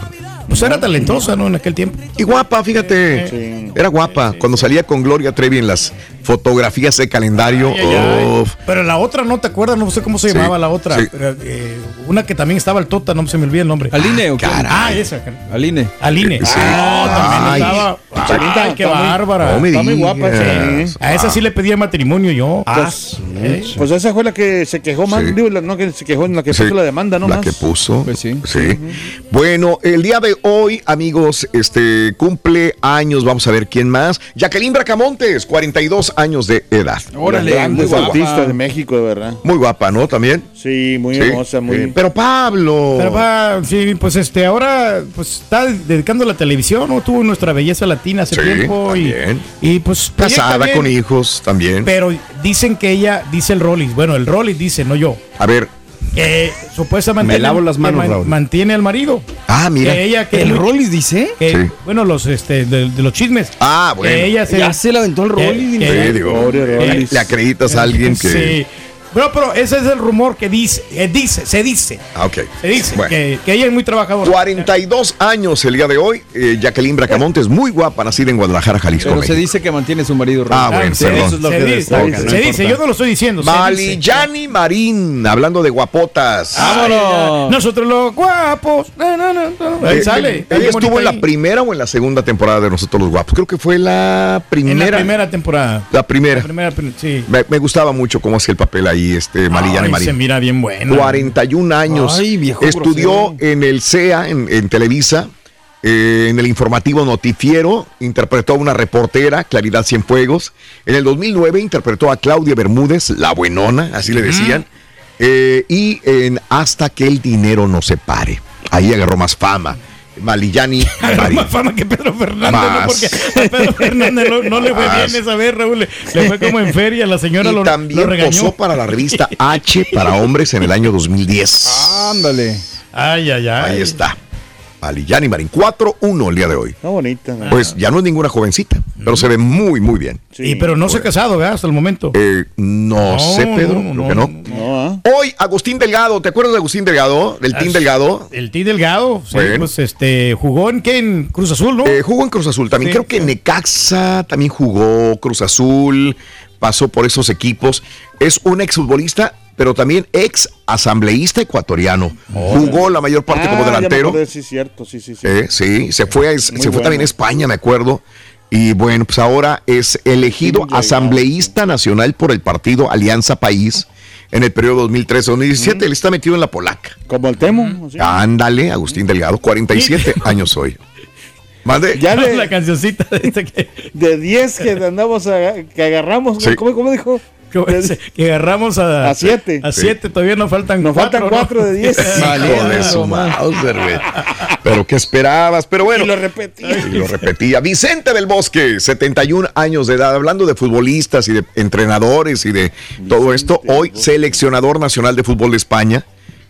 Speaker 4: pues era talentosa, ¿no? En aquel tiempo.
Speaker 2: Y guapa, fíjate. Era guapa. Cuando salía con Gloria Trevi en las fotografías de calendario.
Speaker 4: Ay, ay, ay.
Speaker 2: uf,
Speaker 4: Pero la otra no te acuerdas, no sé cómo se
Speaker 2: Sí,
Speaker 4: llamaba la otra.
Speaker 2: sí.
Speaker 4: pero, eh, una que también estaba al Tota, no se me olvida el nombre. ¿Aline o qué? Ah, esa.
Speaker 3: Aline.
Speaker 4: Aline. Ah,
Speaker 3: Ay.
Speaker 4: también estaba.
Speaker 3: Chavita,
Speaker 4: Ay, qué
Speaker 3: está muy-
Speaker 4: bárbara.
Speaker 3: no me
Speaker 4: Está muy
Speaker 3: digas.
Speaker 4: guapa. sí. A esa sí le pedía matrimonio yo.
Speaker 16: Pues, eh, pues esa fue la que se quejó más,
Speaker 2: Ah, Sí.
Speaker 16: digo, la, no, que se quejó en la que
Speaker 2: Sí.
Speaker 16: puso la demanda, ¿no?
Speaker 2: La
Speaker 16: más.
Speaker 2: que puso. sí. Bueno, el día de hoy, amigos, este cumple años. Vamos a ver quién más. Jacqueline Bracamontes, 42 años de edad.
Speaker 16: Órale, grandes artistas de México, de verdad.
Speaker 2: Muy guapa, ¿no? También.
Speaker 16: Sí, muy
Speaker 2: Sí,
Speaker 16: hermosa, muy.
Speaker 2: sí. Pero Pablo.
Speaker 4: Pero va, sí, pues este, ahora pues está dedicando a la televisión, ¿no? Tuvo nuestra belleza latina hace
Speaker 2: Sí,
Speaker 4: tiempo y,
Speaker 2: también.
Speaker 4: y pues proyecta
Speaker 2: Casada
Speaker 4: bien.
Speaker 2: con hijos también.
Speaker 4: Pero dicen que ella, dice el Rollis, bueno, el Rollis dice, no yo,
Speaker 2: a ver.
Speaker 4: que supuestamente
Speaker 2: Me lavo las
Speaker 4: que
Speaker 2: manos, Raúl.
Speaker 4: mantiene al marido.
Speaker 2: Ah, mira.
Speaker 4: Que ella, que
Speaker 2: ¿El
Speaker 4: Rollis dice?
Speaker 2: Sí.
Speaker 4: Bueno, los este, de, de los chismes.
Speaker 2: Ah, bueno.
Speaker 4: Que ella se,
Speaker 2: Ya
Speaker 4: se la aventó el
Speaker 2: Sí,
Speaker 4: Eh,
Speaker 2: digo, le, le acreditas a alguien que.
Speaker 4: Sí. Pero, pero ese es el rumor que dice, eh, dice, se dice.
Speaker 2: Ah, ok.
Speaker 4: Se dice
Speaker 2: Bueno.
Speaker 4: que, que ella es muy trabajadora.
Speaker 2: 42 años el día de hoy, eh, Jacqueline Bracamontes, muy guapa, nacida en Guadalajara, Jalisco.
Speaker 3: Pero se
Speaker 2: México.
Speaker 3: dice que mantiene su marido. Raúl.
Speaker 2: Ah, bueno,
Speaker 3: Sí,
Speaker 2: perdón.
Speaker 3: eso es lo
Speaker 4: Se
Speaker 3: que
Speaker 4: dice,
Speaker 3: destaca, no
Speaker 4: se dice,
Speaker 3: importa.
Speaker 4: yo no lo estoy diciendo. se dice.
Speaker 2: Maliyani Marín, hablando de guapotas.
Speaker 4: Vámonos. Nosotros los guapos. Na, na, na, na. Ahí
Speaker 2: Eh,
Speaker 4: sale.
Speaker 2: eh,
Speaker 4: Está
Speaker 2: ¿Ella
Speaker 4: bien
Speaker 2: estuvo
Speaker 4: bonito
Speaker 2: en la
Speaker 4: ahí.
Speaker 2: primera o en la segunda temporada de Nosotros los Guapos? Creo que fue la
Speaker 4: En
Speaker 2: primera.
Speaker 4: la primera temporada.
Speaker 2: La primera.
Speaker 4: La primera, prim- sí.
Speaker 2: Me, me gustaba mucho cómo hacía el papel ahí, este Maliyani
Speaker 4: Ay,
Speaker 2: Marín.
Speaker 4: se mira bien bueno.
Speaker 2: 41 años.
Speaker 4: Ay, viejo
Speaker 2: Estudió en el CEA, en, en Televisa, eh, en el informativo Notifiero, interpretó a una reportera, Claridad Cienfuegos. En el 2009 interpretó a Claudia Bermúdez, la buenona, así le decían. Eh, y en Hasta que el dinero no se pare. Ahí agarró más fama. Malillani Marín.
Speaker 4: Más fama que Pedro Fernández, ¿no?
Speaker 2: Más.
Speaker 4: Porque a Pedro Fernández no, no le fue
Speaker 2: Más.
Speaker 4: bien esa vez, Raúl. Le, le fue como en feria, la señora
Speaker 2: Y
Speaker 4: lo,
Speaker 2: también
Speaker 4: lo regañó.
Speaker 2: posó para la revista H para hombres en el año 2010.
Speaker 4: Ándale. Ay, ay, ay.
Speaker 2: Ahí está. Malillani Marín. 4-1 el día de hoy.
Speaker 16: Está bonita. ¿no?
Speaker 2: Pues ya no es ninguna jovencita, pero se ve muy, muy bien.
Speaker 4: Y pero no se ha casado, ¿verdad? Hasta el momento.
Speaker 2: Eh, no,
Speaker 4: No,
Speaker 2: sé, Pedro,
Speaker 4: no,
Speaker 2: creo que
Speaker 4: no,
Speaker 2: no.
Speaker 16: ¿ah?
Speaker 2: Hoy, Agustín Delgado, ¿te acuerdas de Agustín Delgado? Del Team Delgado.
Speaker 4: Ah, El Ti Delgado, sí,
Speaker 2: Bueno.
Speaker 4: pues este, jugó en qué en Cruz Azul, ¿no?
Speaker 2: Eh, jugó en Cruz Azul también.
Speaker 4: Sí.
Speaker 2: Creo que Necaxa también jugó Cruz Azul, pasó por esos equipos. Es un exfutbolista, pero también ex asambleísta ecuatoriano. Jugó la mayor parte
Speaker 16: Ah,
Speaker 2: como
Speaker 16: ya me
Speaker 2: delantero.
Speaker 16: acordé, sí, cierto, sí, sí, sí.
Speaker 2: Eh, sí, se fue, a- se fue
Speaker 16: bueno.
Speaker 2: también a España, me acuerdo. Y bueno, pues ahora es elegido asambleísta nacional por el partido Alianza País en el periodo 2013-2017. Él está metido en la polaca.
Speaker 16: Como el Temo. así.
Speaker 2: Ándale, Agustín Delgado, 47 años hoy. Mande.
Speaker 16: Ya de-
Speaker 4: La cancioncita de esta que,
Speaker 16: De 10 que andamos, a- que agarramos, güey,
Speaker 2: Sí.
Speaker 16: ¿cómo, cómo dijo?
Speaker 4: que- que agarramos a,
Speaker 16: A siete.
Speaker 4: A siete, todavía nos faltan
Speaker 16: Nos faltan cuatro de diez.
Speaker 2: Hijo de su Mauser, güey. Pero qué esperabas, pero bueno.
Speaker 16: Y lo repetía.
Speaker 2: Y lo repetía. Vicente del Bosque, 71 años de edad, hablando de futbolistas y de entrenadores y de todo esto, hoy seleccionador nacional de fútbol de España,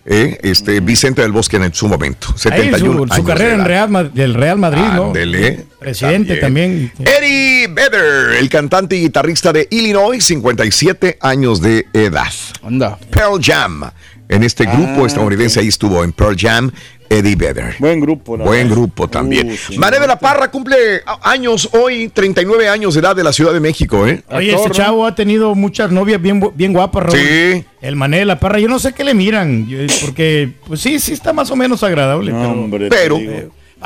Speaker 2: eh, este Vicente del Bosque en su momento,
Speaker 4: Ahí
Speaker 2: 71
Speaker 4: su,
Speaker 2: años
Speaker 4: su carrera
Speaker 2: de
Speaker 4: en
Speaker 2: edad.
Speaker 4: Real, Ma- del Real Madrid, ¿no?
Speaker 2: Ándele.
Speaker 4: Presidente también.
Speaker 2: Eddie Vedder, el cantante y guitarrista de Illinois, 57 años de edad.
Speaker 3: Anda.
Speaker 2: Pearl Jam. En este grupo
Speaker 16: Ah,
Speaker 2: estadounidense ahí estuvo en Pearl Jam, Eddie Vedder.
Speaker 16: Buen grupo, la
Speaker 2: Buen
Speaker 16: verdad.
Speaker 2: grupo también.
Speaker 16: Uh, sí.
Speaker 2: Mané de la Parra cumple a- años hoy, 39 años de edad de la Ciudad de México, ¿eh?
Speaker 4: Oye, este chavo ha tenido muchas novias bien, bu- bien guapas, Raúl.
Speaker 2: Sí.
Speaker 4: El mané de la parra, yo no sé qué le miran, yo- porque pues sí, sí está más o menos agradable.
Speaker 16: No,
Speaker 4: pero
Speaker 16: hombre, te
Speaker 2: Pero,
Speaker 16: digo.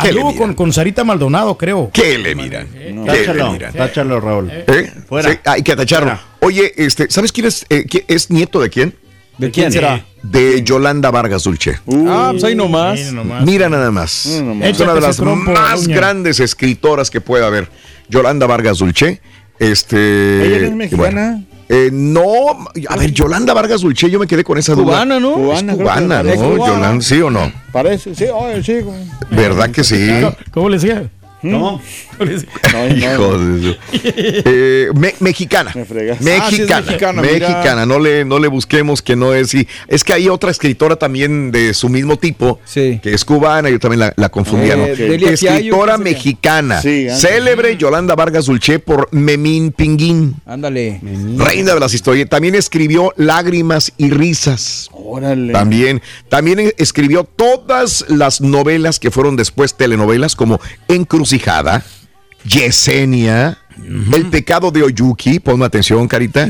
Speaker 2: ¿qué le
Speaker 4: anduvo
Speaker 2: miran?
Speaker 4: con, con Sarita Maldonado, creo.
Speaker 2: ¿Qué le miran? ¿Qué le
Speaker 29: Táchalo,
Speaker 2: miran?
Speaker 29: táchalo, Raúl.
Speaker 2: ¿Eh?
Speaker 29: Fuera.
Speaker 2: Sí, hay que tacharlo. Oye, este, ¿sabes quién es, eh, qui- es nieto de quién?
Speaker 3: ¿De quién será?
Speaker 2: De Yolanda Vargas Dulce.
Speaker 3: Ah, pues ahí nomás.
Speaker 4: Mira nomás.
Speaker 2: Uh. Mira nada más.
Speaker 3: Mm,
Speaker 2: Es
Speaker 4: Échate
Speaker 2: una de
Speaker 4: ese
Speaker 2: las
Speaker 4: trompo,
Speaker 2: más
Speaker 4: Aruña.
Speaker 2: grandes escritoras que puede haber. Yolanda Vargas Dulce. Este.
Speaker 16: ¿Ella no es
Speaker 2: y
Speaker 16: mexicana?
Speaker 2: eh, no, a ver, Yolanda Vargas Dulce, yo me quedé con esa duda.
Speaker 3: Cubana, ¿no?
Speaker 16: Cubana,
Speaker 2: Es
Speaker 16: creo que
Speaker 2: cubana,
Speaker 16: es
Speaker 2: ¿no?
Speaker 16: cubana.
Speaker 2: Yolanda, ¿sí ¿Eh? o no?
Speaker 16: Parece, sí, oye, sí. güey.
Speaker 2: ¿Verdad que sí?
Speaker 4: ¿Eh? ¿Cómo le decía?
Speaker 2: No. Hijo de su- Eh, me- mexicana.
Speaker 3: Ah, sí es
Speaker 2: mexicana.
Speaker 3: mexicana,
Speaker 2: mexicana,
Speaker 3: mira.
Speaker 2: No le, no le busquemos que no es. y- es que hay otra escritora también de su mismo tipo, que es cubana, yo también la, la confundía.
Speaker 3: Eh,
Speaker 2: ¿no?
Speaker 3: Delia
Speaker 2: Escritora
Speaker 3: Fiallo, ¿qué sería?
Speaker 2: mexicana.
Speaker 3: Sí, ándale.
Speaker 2: célebre Yolanda Vargas Dulce por Memín Pinguín. Ándale. Reina de las historias. También escribió Lágrimas y Risas.
Speaker 16: Órale.
Speaker 2: También, también escribió todas las novelas que fueron después telenovelas como Encrucijada, Yesenia, El pecado de Oyuki, ponme atención, carita.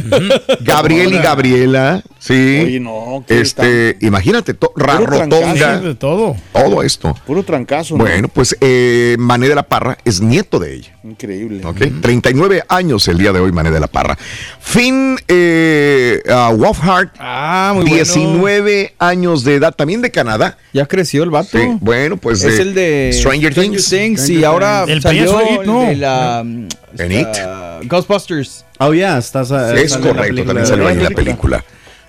Speaker 2: Gabriel y
Speaker 16: Ahora.
Speaker 2: Gabriela, sí.
Speaker 16: Oye, no, qué
Speaker 2: este, imagínate, to-
Speaker 16: Puro
Speaker 2: Rarotonga,
Speaker 16: trancazo. todo.
Speaker 2: todo esto.
Speaker 16: Puro trancazo. ¿no?
Speaker 2: Bueno, pues eh, Mané de la Parra es nieto de ella.
Speaker 16: Increíble.
Speaker 2: ¿ok? 39 años el día de hoy, Mané de la Parra. Finn eh, ah, Wolfhard,
Speaker 3: Ah,
Speaker 2: 19 años de edad, también de Canadá.
Speaker 3: Ya creció el vato.
Speaker 2: Sí, bueno, pues
Speaker 3: es el de
Speaker 2: Stranger, Things.
Speaker 3: y ahora salió
Speaker 18: payaso It,
Speaker 3: el
Speaker 18: ¿no?
Speaker 3: de la mm,
Speaker 2: En
Speaker 3: esta- Ghostbusters.
Speaker 18: Oh, ya, estás.
Speaker 2: Sí, es correcto, también salió ahí en la película.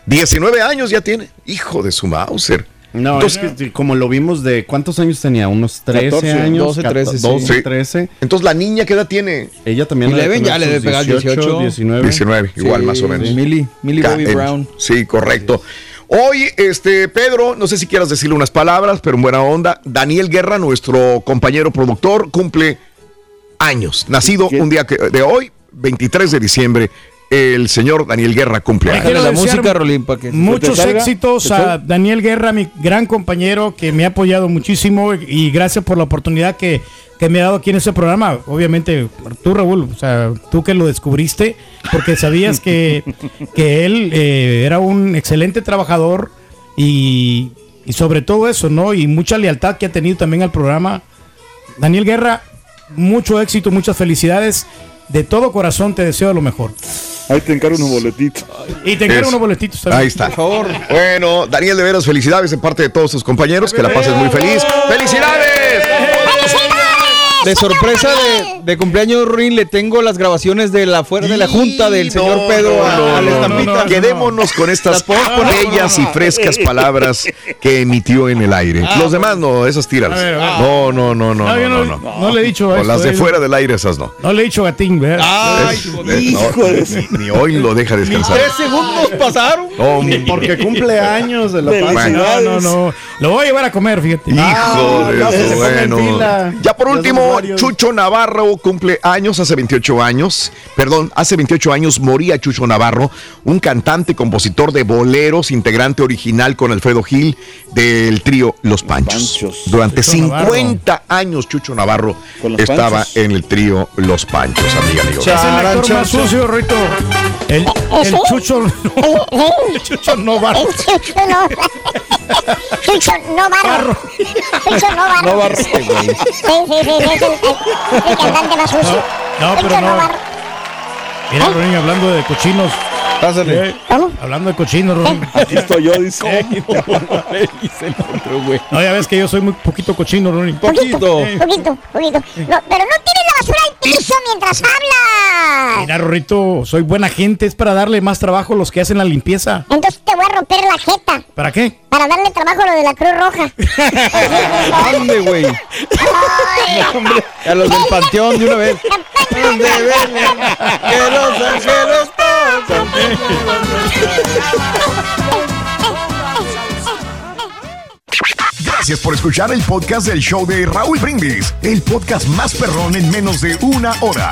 Speaker 2: 19 años ya tiene. Hijo de su Mauser.
Speaker 18: No,
Speaker 2: Entonces-
Speaker 18: es que como lo vimos de cuántos años tenía, unos 13
Speaker 2: 14,
Speaker 18: años,
Speaker 2: 12, 13,
Speaker 18: 13,
Speaker 2: sí.
Speaker 18: 12,
Speaker 2: Sí.
Speaker 18: 13.
Speaker 2: Entonces la niña qué edad tiene?
Speaker 18: Ella también ha de
Speaker 2: Eleven
Speaker 18: tener
Speaker 2: ya le
Speaker 18: sus
Speaker 2: debe pegar 18,
Speaker 18: 19.
Speaker 2: 19, igual
Speaker 18: Sí,
Speaker 2: más o menos.
Speaker 18: sí.
Speaker 2: Millie,
Speaker 18: Millie Bobby Brown.
Speaker 2: Sí, correcto. Hoy, este, Pedro, no sé si quieras decirle unas palabras, pero en buena onda, Daniel Guerra, nuestro compañero productor, cumple años. Nacido un día que- de hoy, 23 de diciembre, el señor Daniel Guerra cumple
Speaker 4: Oye,
Speaker 2: años.
Speaker 4: quiero desear Muchos éxitos a
Speaker 2: a
Speaker 4: Daniel Guerra, mi gran compañero que me ha apoyado muchísimo y gracias por la oportunidad que, que me ha dado aquí en este programa. Obviamente, tú, Raúl, o sea, tú que lo descubriste, porque sabías que, que él eh, era un excelente trabajador y, y sobre todo eso, ¿no? Y mucha lealtad que ha tenido también al programa. Daniel Guerra, mucho éxito, muchas felicidades. De todo corazón te deseo lo mejor.
Speaker 16: Ahí te encargo unos boletitos.
Speaker 4: Y te encargo
Speaker 2: Eso.
Speaker 4: unos boletitos también.
Speaker 2: Ahí está. Bueno, Daniel de Veras, felicidades en parte de todos tus compañeros. Que la pases muy feliz. ¡Felicidades!
Speaker 3: De sorpresa de, de cumpleaños Ruin le tengo las grabaciones de la fuera de la junta del señor Pedro a- a la estampita.
Speaker 2: Quedémonos con
Speaker 3: ¿Las
Speaker 2: estas
Speaker 3: podemos poner?
Speaker 2: bellas y frescas palabras que emitió en el aire. Los demás no, esas tíralas.
Speaker 4: Ah, A ver, a ver.
Speaker 2: No, no, no, no,
Speaker 4: No, yo
Speaker 2: no, no,
Speaker 4: no-
Speaker 2: no.
Speaker 4: no le he dicho
Speaker 2: No,
Speaker 4: eso,
Speaker 2: las de
Speaker 4: eh.
Speaker 2: fuera del aire, esas no.
Speaker 4: No le he dicho gatín, ¿verdad?
Speaker 2: Es- eh, no, ni, ni hoy lo deja descansar.
Speaker 4: Tres
Speaker 3: segundos pasaron.
Speaker 2: No, hombre.
Speaker 4: Porque cumple años de
Speaker 2: la paz.
Speaker 4: No, no, no. Lo voy a llevar a comer, fíjate.
Speaker 2: Hijo de su- bueno. Ya por último, Chucho Navarro cumple años, hace 28 años, perdón, hace 28 años moría Chucho Navarro, un cantante, compositor de boleros, integrante original con Alfredo Gil del trío Los Panchos. Durante
Speaker 3: Chucho
Speaker 2: 50 años Chucho Navarro
Speaker 3: Los
Speaker 2: estaba
Speaker 3: Panchos.
Speaker 2: en el trío Los Panchos, amiga, amigo.
Speaker 4: Es el actor más sucio, Rito. El,
Speaker 5: ¿Eh?
Speaker 4: el Chucho. No, el Chucho no va.
Speaker 5: Chucho no. Chucho no barro. Chucho no barro.
Speaker 4: No barro.
Speaker 5: Sí, sí, sí, sí, es el, es el cantante más sucio.
Speaker 4: No, pero no. Mira, Ronin, hablando de cochinos. Eh,
Speaker 3: Pásale.
Speaker 4: Hablando de cochinos, Ronin. Aquí estoy yo, dice. No, ya ves que yo soy muy poquito Eh. cochino, Ronin.
Speaker 5: Poquito, poquito, poquito. No, pero no tires la basura al piso mientras hablas.
Speaker 4: Mira, Rorrito, soy buena gente. Es para darle más trabajo a los que hacen la limpieza.
Speaker 5: Entonces te voy a romper la jeta
Speaker 4: ¿Para qué?
Speaker 5: para darle trabajo a lo de la Cruz Roja.
Speaker 3: ¿Dónde, güey? No, hombre, a los del panteón de una vez. ¿Dónde velen? Que los ángeles pasan.
Speaker 24: Gracias por escuchar el podcast del show de Raúl Brindis, el podcast más perrón en menos de una hora.